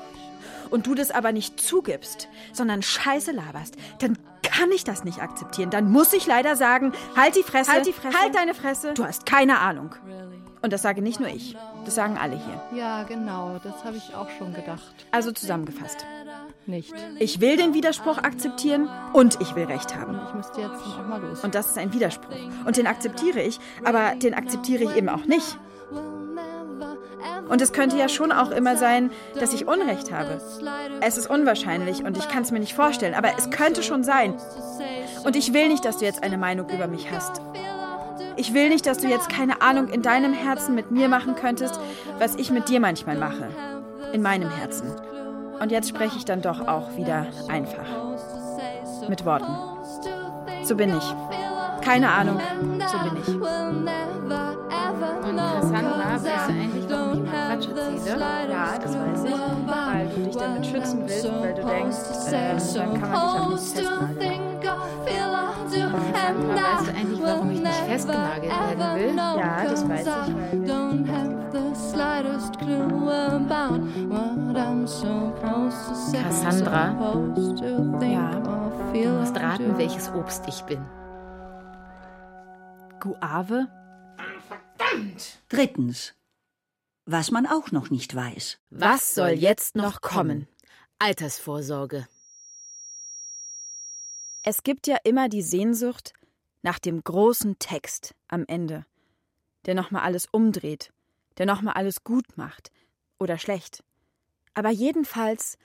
Speaker 2: und du das aber nicht zugibst, sondern Scheiße laberst, dann kann ich das nicht akzeptieren. Dann muss ich leider sagen, halt die Fresse,
Speaker 3: Halt die Fresse.
Speaker 2: halt deine Fresse. Du hast keine Ahnung. Und das sage nicht nur ich, das sagen alle hier.
Speaker 10: Ja, genau, das habe ich auch schon gedacht.
Speaker 2: Also zusammengefasst.
Speaker 10: Nicht.
Speaker 2: Ich will den Widerspruch akzeptieren und ich will Recht haben.
Speaker 10: Ich müsste jetzt noch mal los.
Speaker 2: Und das ist ein Widerspruch. Und den akzeptiere ich, aber den akzeptiere ich eben auch nicht. Und es könnte ja schon auch immer sein, dass ich Unrecht habe. Es ist unwahrscheinlich und ich kann es mir nicht vorstellen, aber es könnte schon sein. Und ich will nicht, dass du jetzt eine Meinung über mich hast. Ich will nicht, dass du jetzt keine Ahnung in deinem Herzen mit mir machen könntest, was ich mit dir manchmal mache. In meinem Herzen. Und jetzt spreche ich dann doch auch wieder einfach. Mit Worten. So bin ich. Keine Ahnung. So bin ich.
Speaker 7: Und Cassandra, bist du eigentlich noch nicht mal Quatsch erzähle? Ja, das weiß ich. Weil du dich damit schützen willst, weil du denkst, äh, dann kann man dich auch nicht festnageln. Und Cassandra, weißt du eigentlich, warum ich nicht festgenagelt werden will? Ja, das weiß ich.
Speaker 10: Don't have the slightest clue about what I'm supposed to say.
Speaker 3: Cassandra.
Speaker 10: Supposed to think
Speaker 3: Ja.
Speaker 10: or
Speaker 3: Du
Speaker 10: feel
Speaker 3: musst
Speaker 10: or
Speaker 3: raten,
Speaker 10: do.
Speaker 3: welches Obst ich bin.
Speaker 2: Guave?
Speaker 4: Drittens. Was man auch noch nicht weiß.
Speaker 3: Was soll jetzt noch kommen? Altersvorsorge.
Speaker 2: Es gibt ja immer die Sehnsucht nach dem großen Text am Ende, der nochmal alles umdreht, der nochmal alles gut macht oder schlecht. Aber jedenfalls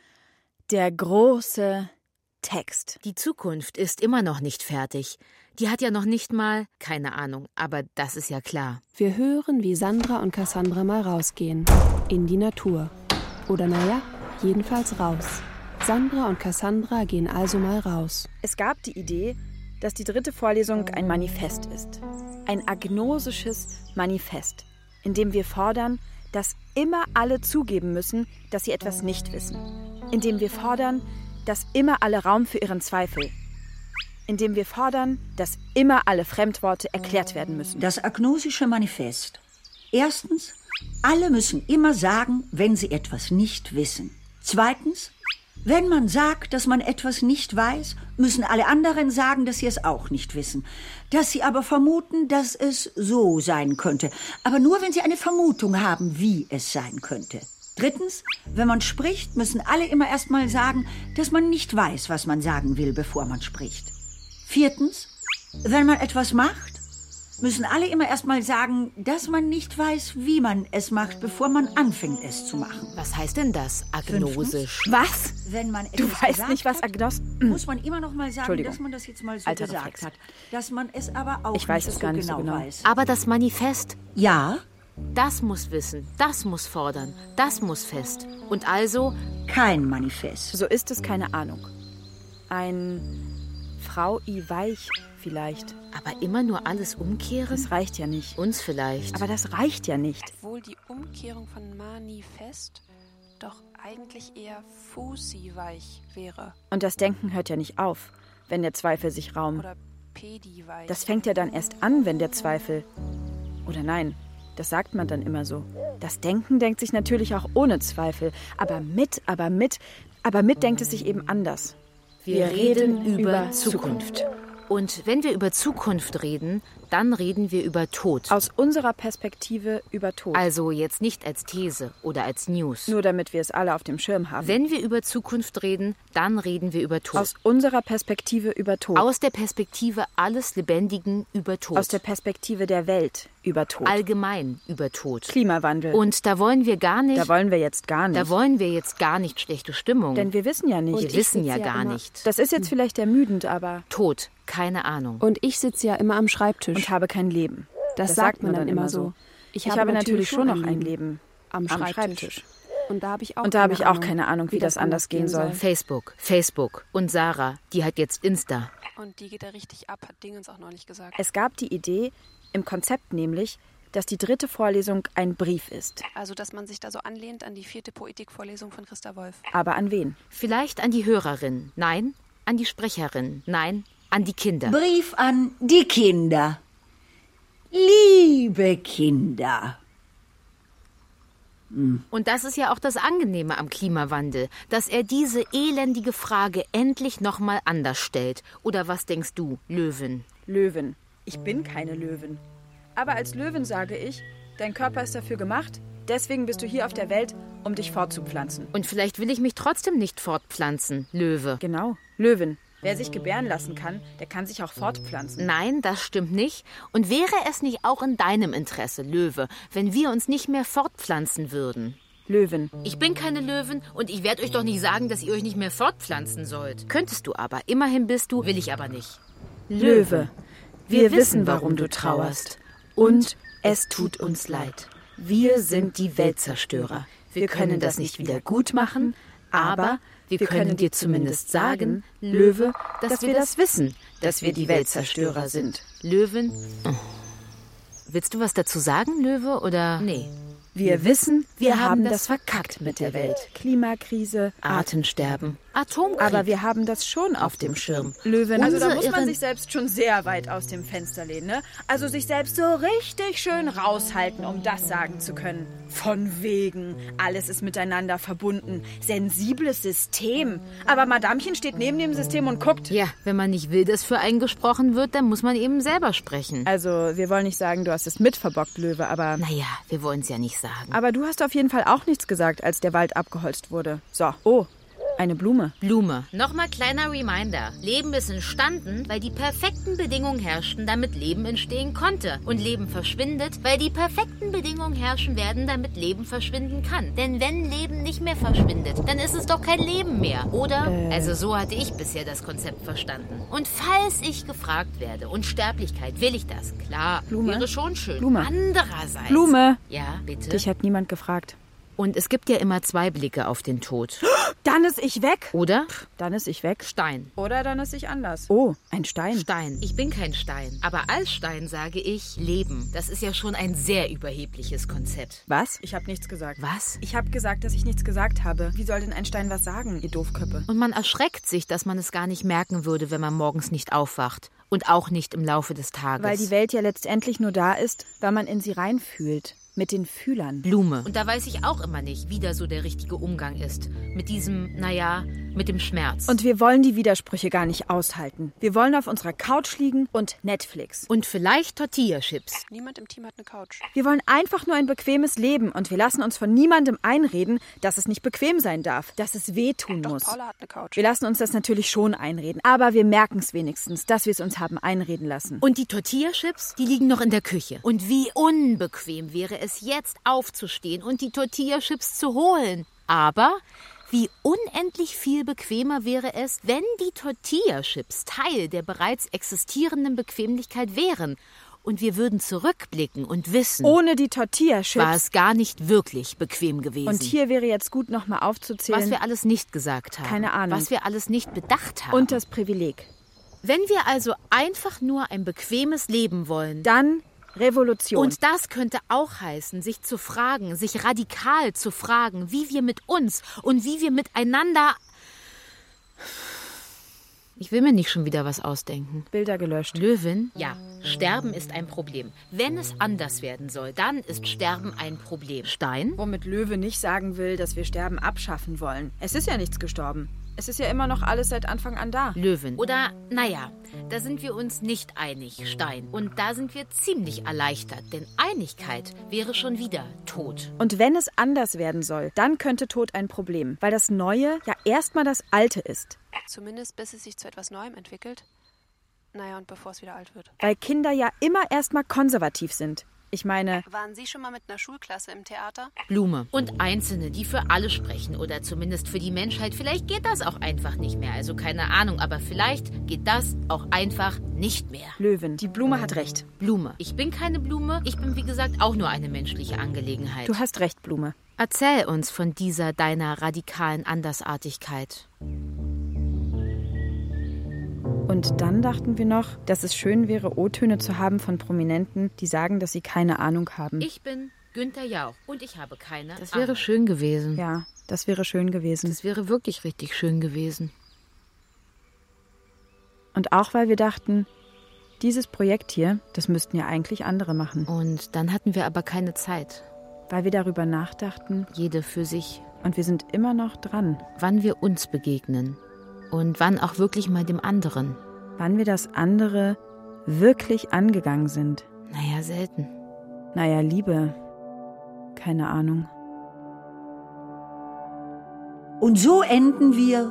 Speaker 2: der große Text.
Speaker 3: Die Zukunft ist immer noch nicht fertig. Die hat ja noch nicht mal, keine Ahnung, aber das ist ja klar.
Speaker 13: Wir hören, wie Sandra und Cassandra mal rausgehen. In die Natur. Oder naja, jedenfalls raus. Sandra und Cassandra gehen also mal raus.
Speaker 2: Es gab die Idee, dass die dritte Vorlesung ein Manifest ist. Ein agnosisches Manifest, in dem wir fordern, dass immer alle zugeben müssen, dass sie etwas nicht wissen. In dem wir fordern, dass immer alle Raum für ihren Zweifel. In dem wir fordern, dass immer alle Fremdworte erklärt werden müssen.
Speaker 4: Das agnosische Manifest. Erstens, alle müssen immer sagen, wenn sie etwas nicht wissen. Zweitens, wenn man sagt, dass man etwas nicht weiß, müssen alle anderen sagen, dass sie es auch nicht wissen. Dass sie aber vermuten, dass es so sein könnte. Aber nur, wenn sie eine Vermutung haben, wie es sein könnte. Drittens, wenn man spricht, müssen alle immer erstmal sagen, dass man nicht weiß, was man sagen will, bevor man spricht. Viertens, wenn man etwas macht, müssen alle immer erstmal sagen, dass man nicht weiß, wie man es macht, bevor man anfängt, es zu machen.
Speaker 3: Was heißt denn das, agnosisch?
Speaker 2: Was?
Speaker 4: Wenn man
Speaker 2: Du
Speaker 4: etwas
Speaker 2: weißt
Speaker 4: gesagt
Speaker 2: nicht, was
Speaker 4: hat,
Speaker 2: Agnos...
Speaker 4: muss man immer noch mal sagen,
Speaker 2: Entschuldigung.
Speaker 4: dass man das jetzt mal so
Speaker 2: Alter
Speaker 4: gesagt
Speaker 2: Reflex.
Speaker 4: hat, dass man es aber auch
Speaker 2: Ich weiß
Speaker 4: nicht
Speaker 2: es gar nicht so
Speaker 4: genau
Speaker 2: genau.
Speaker 4: weiß.
Speaker 3: Aber das Manifest,
Speaker 4: Ja,
Speaker 3: das muss wissen, das muss fordern, das muss fest. Und also,
Speaker 4: kein Manifest.
Speaker 2: So ist es keine Ahnung. Ein Frau I. Weich vielleicht.
Speaker 3: aber immer nur alles umkehren?
Speaker 2: Das reicht ja nicht.
Speaker 3: Uns vielleicht.
Speaker 2: Aber das reicht ja nicht.
Speaker 8: Wohl die Umkehrung von Manifest doch eigentlich eher Fusi-weich wäre
Speaker 2: Und das Denken hört ja nicht auf, wenn der Zweifel sich raumt.
Speaker 8: oder Pedi-weich.
Speaker 2: Das fängt ja dann erst an, wenn der Zweifel. Oder nein, das sagt man dann immer so. Das Denken denkt sich natürlich auch ohne Zweifel. Aber mit, aber mit, aber mit denkt es sich eben anders.
Speaker 3: Wir reden über Zukunft. Und wenn wir über Zukunft reden, dann reden wir über Tod.
Speaker 2: Aus unserer Perspektive über Tod.
Speaker 3: Also jetzt nicht als These oder als News.
Speaker 2: Nur damit wir es alle auf dem Schirm haben.
Speaker 3: Wenn wir über Zukunft reden, dann reden wir über Tod.
Speaker 2: Aus unserer Perspektive über Tod.
Speaker 3: Aus der Perspektive alles Lebendigen über Tod.
Speaker 2: Aus der Perspektive der Welt über Tod.
Speaker 3: Allgemein über Tod.
Speaker 2: Klimawandel.
Speaker 3: Und da wollen wir gar nicht,
Speaker 2: da wollen wir jetzt gar nicht.
Speaker 3: da wollen wir jetzt gar nicht schlechte Stimmung.
Speaker 2: Denn wir wissen ja
Speaker 3: wir
Speaker 2: nicht.
Speaker 3: wissen ja
Speaker 5: ja
Speaker 3: gar
Speaker 5: immer-
Speaker 3: nicht.
Speaker 2: Das ist jetzt vielleicht ermüdend, aber.
Speaker 3: Tod, keine Ahnung.
Speaker 13: Und ich sitze ja immer am
Speaker 2: und
Speaker 13: Schreibtisch.
Speaker 2: habe kein Leben.
Speaker 13: Das, sagt man dann immer so.
Speaker 2: Ich, habe, natürlich schon noch ein Leben.
Speaker 13: am, am Schreibtisch. Schreibtisch. Und da habe ich auch,
Speaker 2: Und da habe ich auch keine Ahnung, wie das anders gehen soll.
Speaker 3: Facebook, Facebook und Sarah, die hat jetzt Insta.
Speaker 8: Und die geht da richtig ab, hat Dingens auch neulich gesagt.
Speaker 2: Es gab die Idee, im Konzept nämlich, dass die dritte Vorlesung ein Brief ist.
Speaker 8: Also, dass man sich da so anlehnt an die vierte Poetikvorlesung von Christa Wolf.
Speaker 2: Aber an wen?
Speaker 3: Vielleicht an die Hörerin, nein, an die Sprecherin, nein, an die Kinder.
Speaker 4: Brief an die Kinder. Liebe Kinder.
Speaker 3: Und das ist ja auch das Angenehme am Klimawandel, dass er diese elendige Frage endlich nochmal anders stellt. Oder was denkst du, Löwen?
Speaker 2: Löwen. Ich bin keine Löwen. Aber als Löwen sage ich, dein Körper ist dafür gemacht, deswegen bist du hier auf der Welt, um dich fortzupflanzen.
Speaker 3: Und vielleicht will ich mich trotzdem nicht fortpflanzen, Löwe.
Speaker 2: Genau, Löwen. Wer sich gebären lassen kann, der kann sich auch fortpflanzen.
Speaker 3: Nein, das stimmt nicht. Und wäre es nicht auch in deinem Interesse, Löwe, wenn wir uns nicht mehr fortpflanzen würden?
Speaker 2: Löwen.
Speaker 3: Ich bin keine Löwen und ich werde euch doch nicht sagen, dass ihr euch nicht mehr fortpflanzen sollt. Könntest du aber. Immerhin bist du, will ich aber nicht.
Speaker 2: Löwe, wir, wir wissen, warum du trauerst. Und es tut uns leid. Wir sind die Weltzerstörer. Wir können das nicht wieder gut machen, aber wir können dir zumindest sagen, Löwe, dass wir das wissen, dass wir die Weltzerstörer sind.
Speaker 3: Löwen. Willst du was dazu sagen, Löwe, oder? Nee.
Speaker 2: Wir wissen, wir haben das verkackt mit der Welt. Klimakrise,
Speaker 3: Artensterben, Atomkrieg.
Speaker 2: Aber wir haben das schon auf dem Schirm. Löwen. Also da muss man sich selbst schon sehr weit aus dem Fenster lehnen, ne? Also sich selbst so richtig schön raushalten, um das sagen zu können. Von wegen. Alles ist miteinander verbunden. Sensibles System. Aber Madamchen steht neben dem System und guckt.
Speaker 3: Ja, wenn man nicht will, dass für einen gesprochen wird, dann muss man eben selber sprechen.
Speaker 2: Also wir wollen nicht sagen, du hast es mit verbockt, Löwe, aber...
Speaker 3: Naja, wir wollen es ja nicht sagen.
Speaker 2: Aber du hast auf jeden Fall auch nichts gesagt, als der Wald abgeholzt wurde. So. Oh, eine Blume.
Speaker 3: Blume. Nochmal kleiner Reminder. Leben ist entstanden, weil die perfekten Bedingungen herrschten, damit Leben entstehen konnte. Und Leben verschwindet, weil die perfekten Bedingungen herrschen werden, damit Leben verschwinden kann. Denn wenn Leben nicht mehr verschwindet, dann ist es doch kein Leben mehr, oder?
Speaker 2: Äh.
Speaker 3: Also so hatte ich bisher das Konzept verstanden. Und falls ich gefragt werde, und Sterblichkeit, will ich das? Klar.
Speaker 2: Blume?
Speaker 3: Wäre schon schön.
Speaker 2: Blume.
Speaker 3: Andererseits.
Speaker 2: Blume.
Speaker 3: Ja, bitte.
Speaker 2: Dich hat niemand gefragt.
Speaker 3: Und es gibt ja immer zwei Blicke auf den Tod.
Speaker 2: Dann ist ich weg.
Speaker 3: Oder?
Speaker 2: Dann ist ich weg.
Speaker 3: Stein.
Speaker 2: Oder dann ist ich anders. Oh, ein Stein.
Speaker 3: Stein. Ich bin kein Stein. Aber als Stein sage ich Leben. Das ist ja schon ein sehr überhebliches Konzept.
Speaker 2: Was? Ich habe nichts gesagt.
Speaker 3: Was?
Speaker 2: Ich habe gesagt, dass ich nichts gesagt habe. Wie soll denn ein Stein was sagen, ihr Doofköppe?
Speaker 3: Und man erschreckt sich, dass man es gar nicht merken würde, wenn man morgens nicht aufwacht. Und auch nicht im Laufe des Tages.
Speaker 2: Weil die Welt ja letztendlich nur da ist, weil man in sie reinfühlt. Mit den Fühlern.
Speaker 3: Blume. Und da weiß ich auch immer nicht, wie da so der richtige Umgang ist. Mit diesem, naja, mit dem Schmerz.
Speaker 2: Und wir wollen die Widersprüche gar nicht aushalten. Wir wollen auf unserer Couch liegen und Netflix.
Speaker 3: und vielleicht Tortilla-Chips.
Speaker 8: Niemand im Team hat eine Couch.
Speaker 2: Wir wollen einfach nur ein bequemes Leben und wir lassen uns von niemandem einreden, dass es nicht bequem sein darf, dass es wehtun
Speaker 8: Doch,
Speaker 2: muss.
Speaker 8: Paula hat eine Couch.
Speaker 2: Wir lassen uns das natürlich schon einreden, aber wir merken es wenigstens, dass wir es uns haben einreden lassen.
Speaker 3: Und die Tortilla-Chips, die liegen noch in der Küche. Und wie unbequem wäre es jetzt aufzustehen und die Tortilla-Chips zu holen. Aber wie unendlich viel bequemer wäre es, wenn die Tortilla-Chips Teil der bereits existierenden Bequemlichkeit wären. Und wir würden zurückblicken und wissen,
Speaker 2: Ohne die Tortilla-Chips.
Speaker 3: war es gar nicht wirklich bequem gewesen.
Speaker 2: Und hier wäre jetzt gut nochmal aufzuzählen.
Speaker 3: was wir alles nicht gesagt haben.
Speaker 2: Keine Ahnung.
Speaker 3: Was wir alles nicht bedacht haben.
Speaker 2: und das Privileg.
Speaker 3: wenn wir also einfach nur ein bequemes Leben wollen,
Speaker 2: Dann Revolution.
Speaker 3: Und das könnte auch heißen, sich zu fragen, sich radikal zu fragen, wie wir mit uns und wie wir miteinander. Ich will mir nicht schon wieder was ausdenken.
Speaker 2: Bilder gelöscht.
Speaker 3: Löwin? Ja, Sterben ist ein Problem. Wenn es anders werden soll, dann ist Sterben ein Problem. Stein?
Speaker 2: Womit Löwe nicht sagen will, dass wir Sterben abschaffen wollen. Es ist ja nichts gestorben. Es ist ja immer noch alles seit Anfang an da.
Speaker 3: Löwin. Oder, naja, da sind wir uns nicht einig, Stein. Und da sind wir ziemlich erleichtert, denn Einigkeit wäre schon wieder tot.
Speaker 2: Und wenn es anders werden soll, dann könnte Tod ein Problem, weil das Neue ja erstmal das Alte ist.
Speaker 8: Zumindest bis es sich zu etwas Neuem entwickelt. Naja, und bevor es wieder alt wird.
Speaker 2: Weil Kinder ja immer erstmal konservativ sind. Ich meine,
Speaker 8: Waren Sie schon mal mit einer Schulklasse im Theater?
Speaker 3: Blume. Und Einzelne, die für alle sprechen oder zumindest für die Menschheit. Vielleicht geht das auch einfach nicht mehr. Also keine Ahnung, aber vielleicht geht das auch einfach nicht mehr.
Speaker 2: Löwen, die Blume hat recht.
Speaker 3: Blume. Ich bin keine Blume. Ich bin, wie gesagt, auch nur eine menschliche Angelegenheit.
Speaker 2: Du hast recht, Blume.
Speaker 3: Erzähl uns von dieser deiner radikalen Andersartigkeit.
Speaker 2: Und dann dachten wir noch, dass es schön wäre, O-Töne zu haben von Prominenten, die sagen, dass sie keine Ahnung haben.
Speaker 3: Ich bin Günther Jauch und ich habe keine.
Speaker 2: Das
Speaker 3: wäre schön gewesen.
Speaker 2: Ja, das wäre schön gewesen.
Speaker 3: Das wäre wirklich richtig schön gewesen.
Speaker 2: Und auch weil wir dachten, dieses Projekt hier, das müssten ja eigentlich andere machen.
Speaker 3: Und dann hatten wir aber keine Zeit.
Speaker 2: Weil wir darüber nachdachten
Speaker 3: Jede für sich.
Speaker 2: und wir sind immer noch dran,
Speaker 3: Wann wir uns begegnen. Und wann auch wirklich mal dem anderen.
Speaker 2: wann wir das andere wirklich angegangen sind.
Speaker 3: Naja, selten.
Speaker 2: Naja, Liebe. Keine Ahnung.
Speaker 4: Und so enden wir,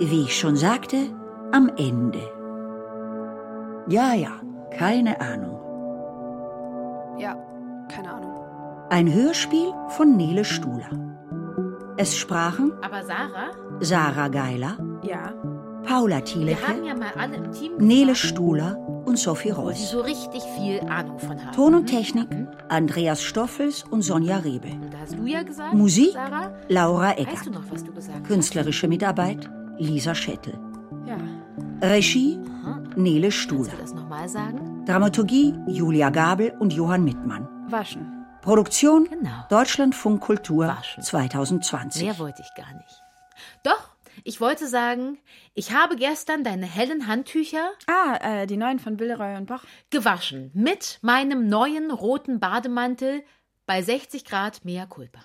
Speaker 4: wie ich schon sagte, am Ende. Ja, ja, keine Ahnung.
Speaker 8: Ja, keine Ahnung.
Speaker 4: Ein Hörspiel von Nele Stuhler. Es sprachen
Speaker 3: Aber Sarah,
Speaker 4: Sarah Geiler,
Speaker 2: Ja.
Speaker 3: wir
Speaker 4: Paula
Speaker 3: haben
Speaker 4: Thielecke,
Speaker 3: ja mal alle im Team
Speaker 4: Nele
Speaker 3: gesagt,
Speaker 4: Stuhler und Sophie
Speaker 3: wo sie
Speaker 4: Reuss.
Speaker 3: so richtig viel Ahnung von haben.
Speaker 4: Ton und Technik
Speaker 3: Mhm.
Speaker 4: Andreas Stoffels und Sonja Rebe.
Speaker 3: Und da hast du ja gesagt,
Speaker 4: Musik
Speaker 3: Sarah,
Speaker 4: Laura
Speaker 3: weißt du
Speaker 4: Eckert.
Speaker 3: noch, was du gesagt hast?
Speaker 4: Künstlerische Mitarbeit Lisa Schettel.
Speaker 2: Ja.
Speaker 4: Regie
Speaker 3: Aha.
Speaker 4: Nele
Speaker 3: Kannst du
Speaker 4: Stuhler.
Speaker 3: das nochmal sagen?
Speaker 4: Dramaturgie Julia Gabel und Johann Mittmann.
Speaker 2: Waschen.
Speaker 4: Produktion
Speaker 3: Genau.
Speaker 4: Deutschlandfunk Kultur
Speaker 3: War schön.
Speaker 4: 2020.
Speaker 3: Mehr wollte ich gar nicht. Doch, ich wollte sagen, ich habe gestern deine hellen Handtücher
Speaker 2: Ah, äh, die neuen von Billeroy und Boch.
Speaker 3: gewaschen mit meinem neuen roten Bademantel bei 60 Grad Mea Culpa.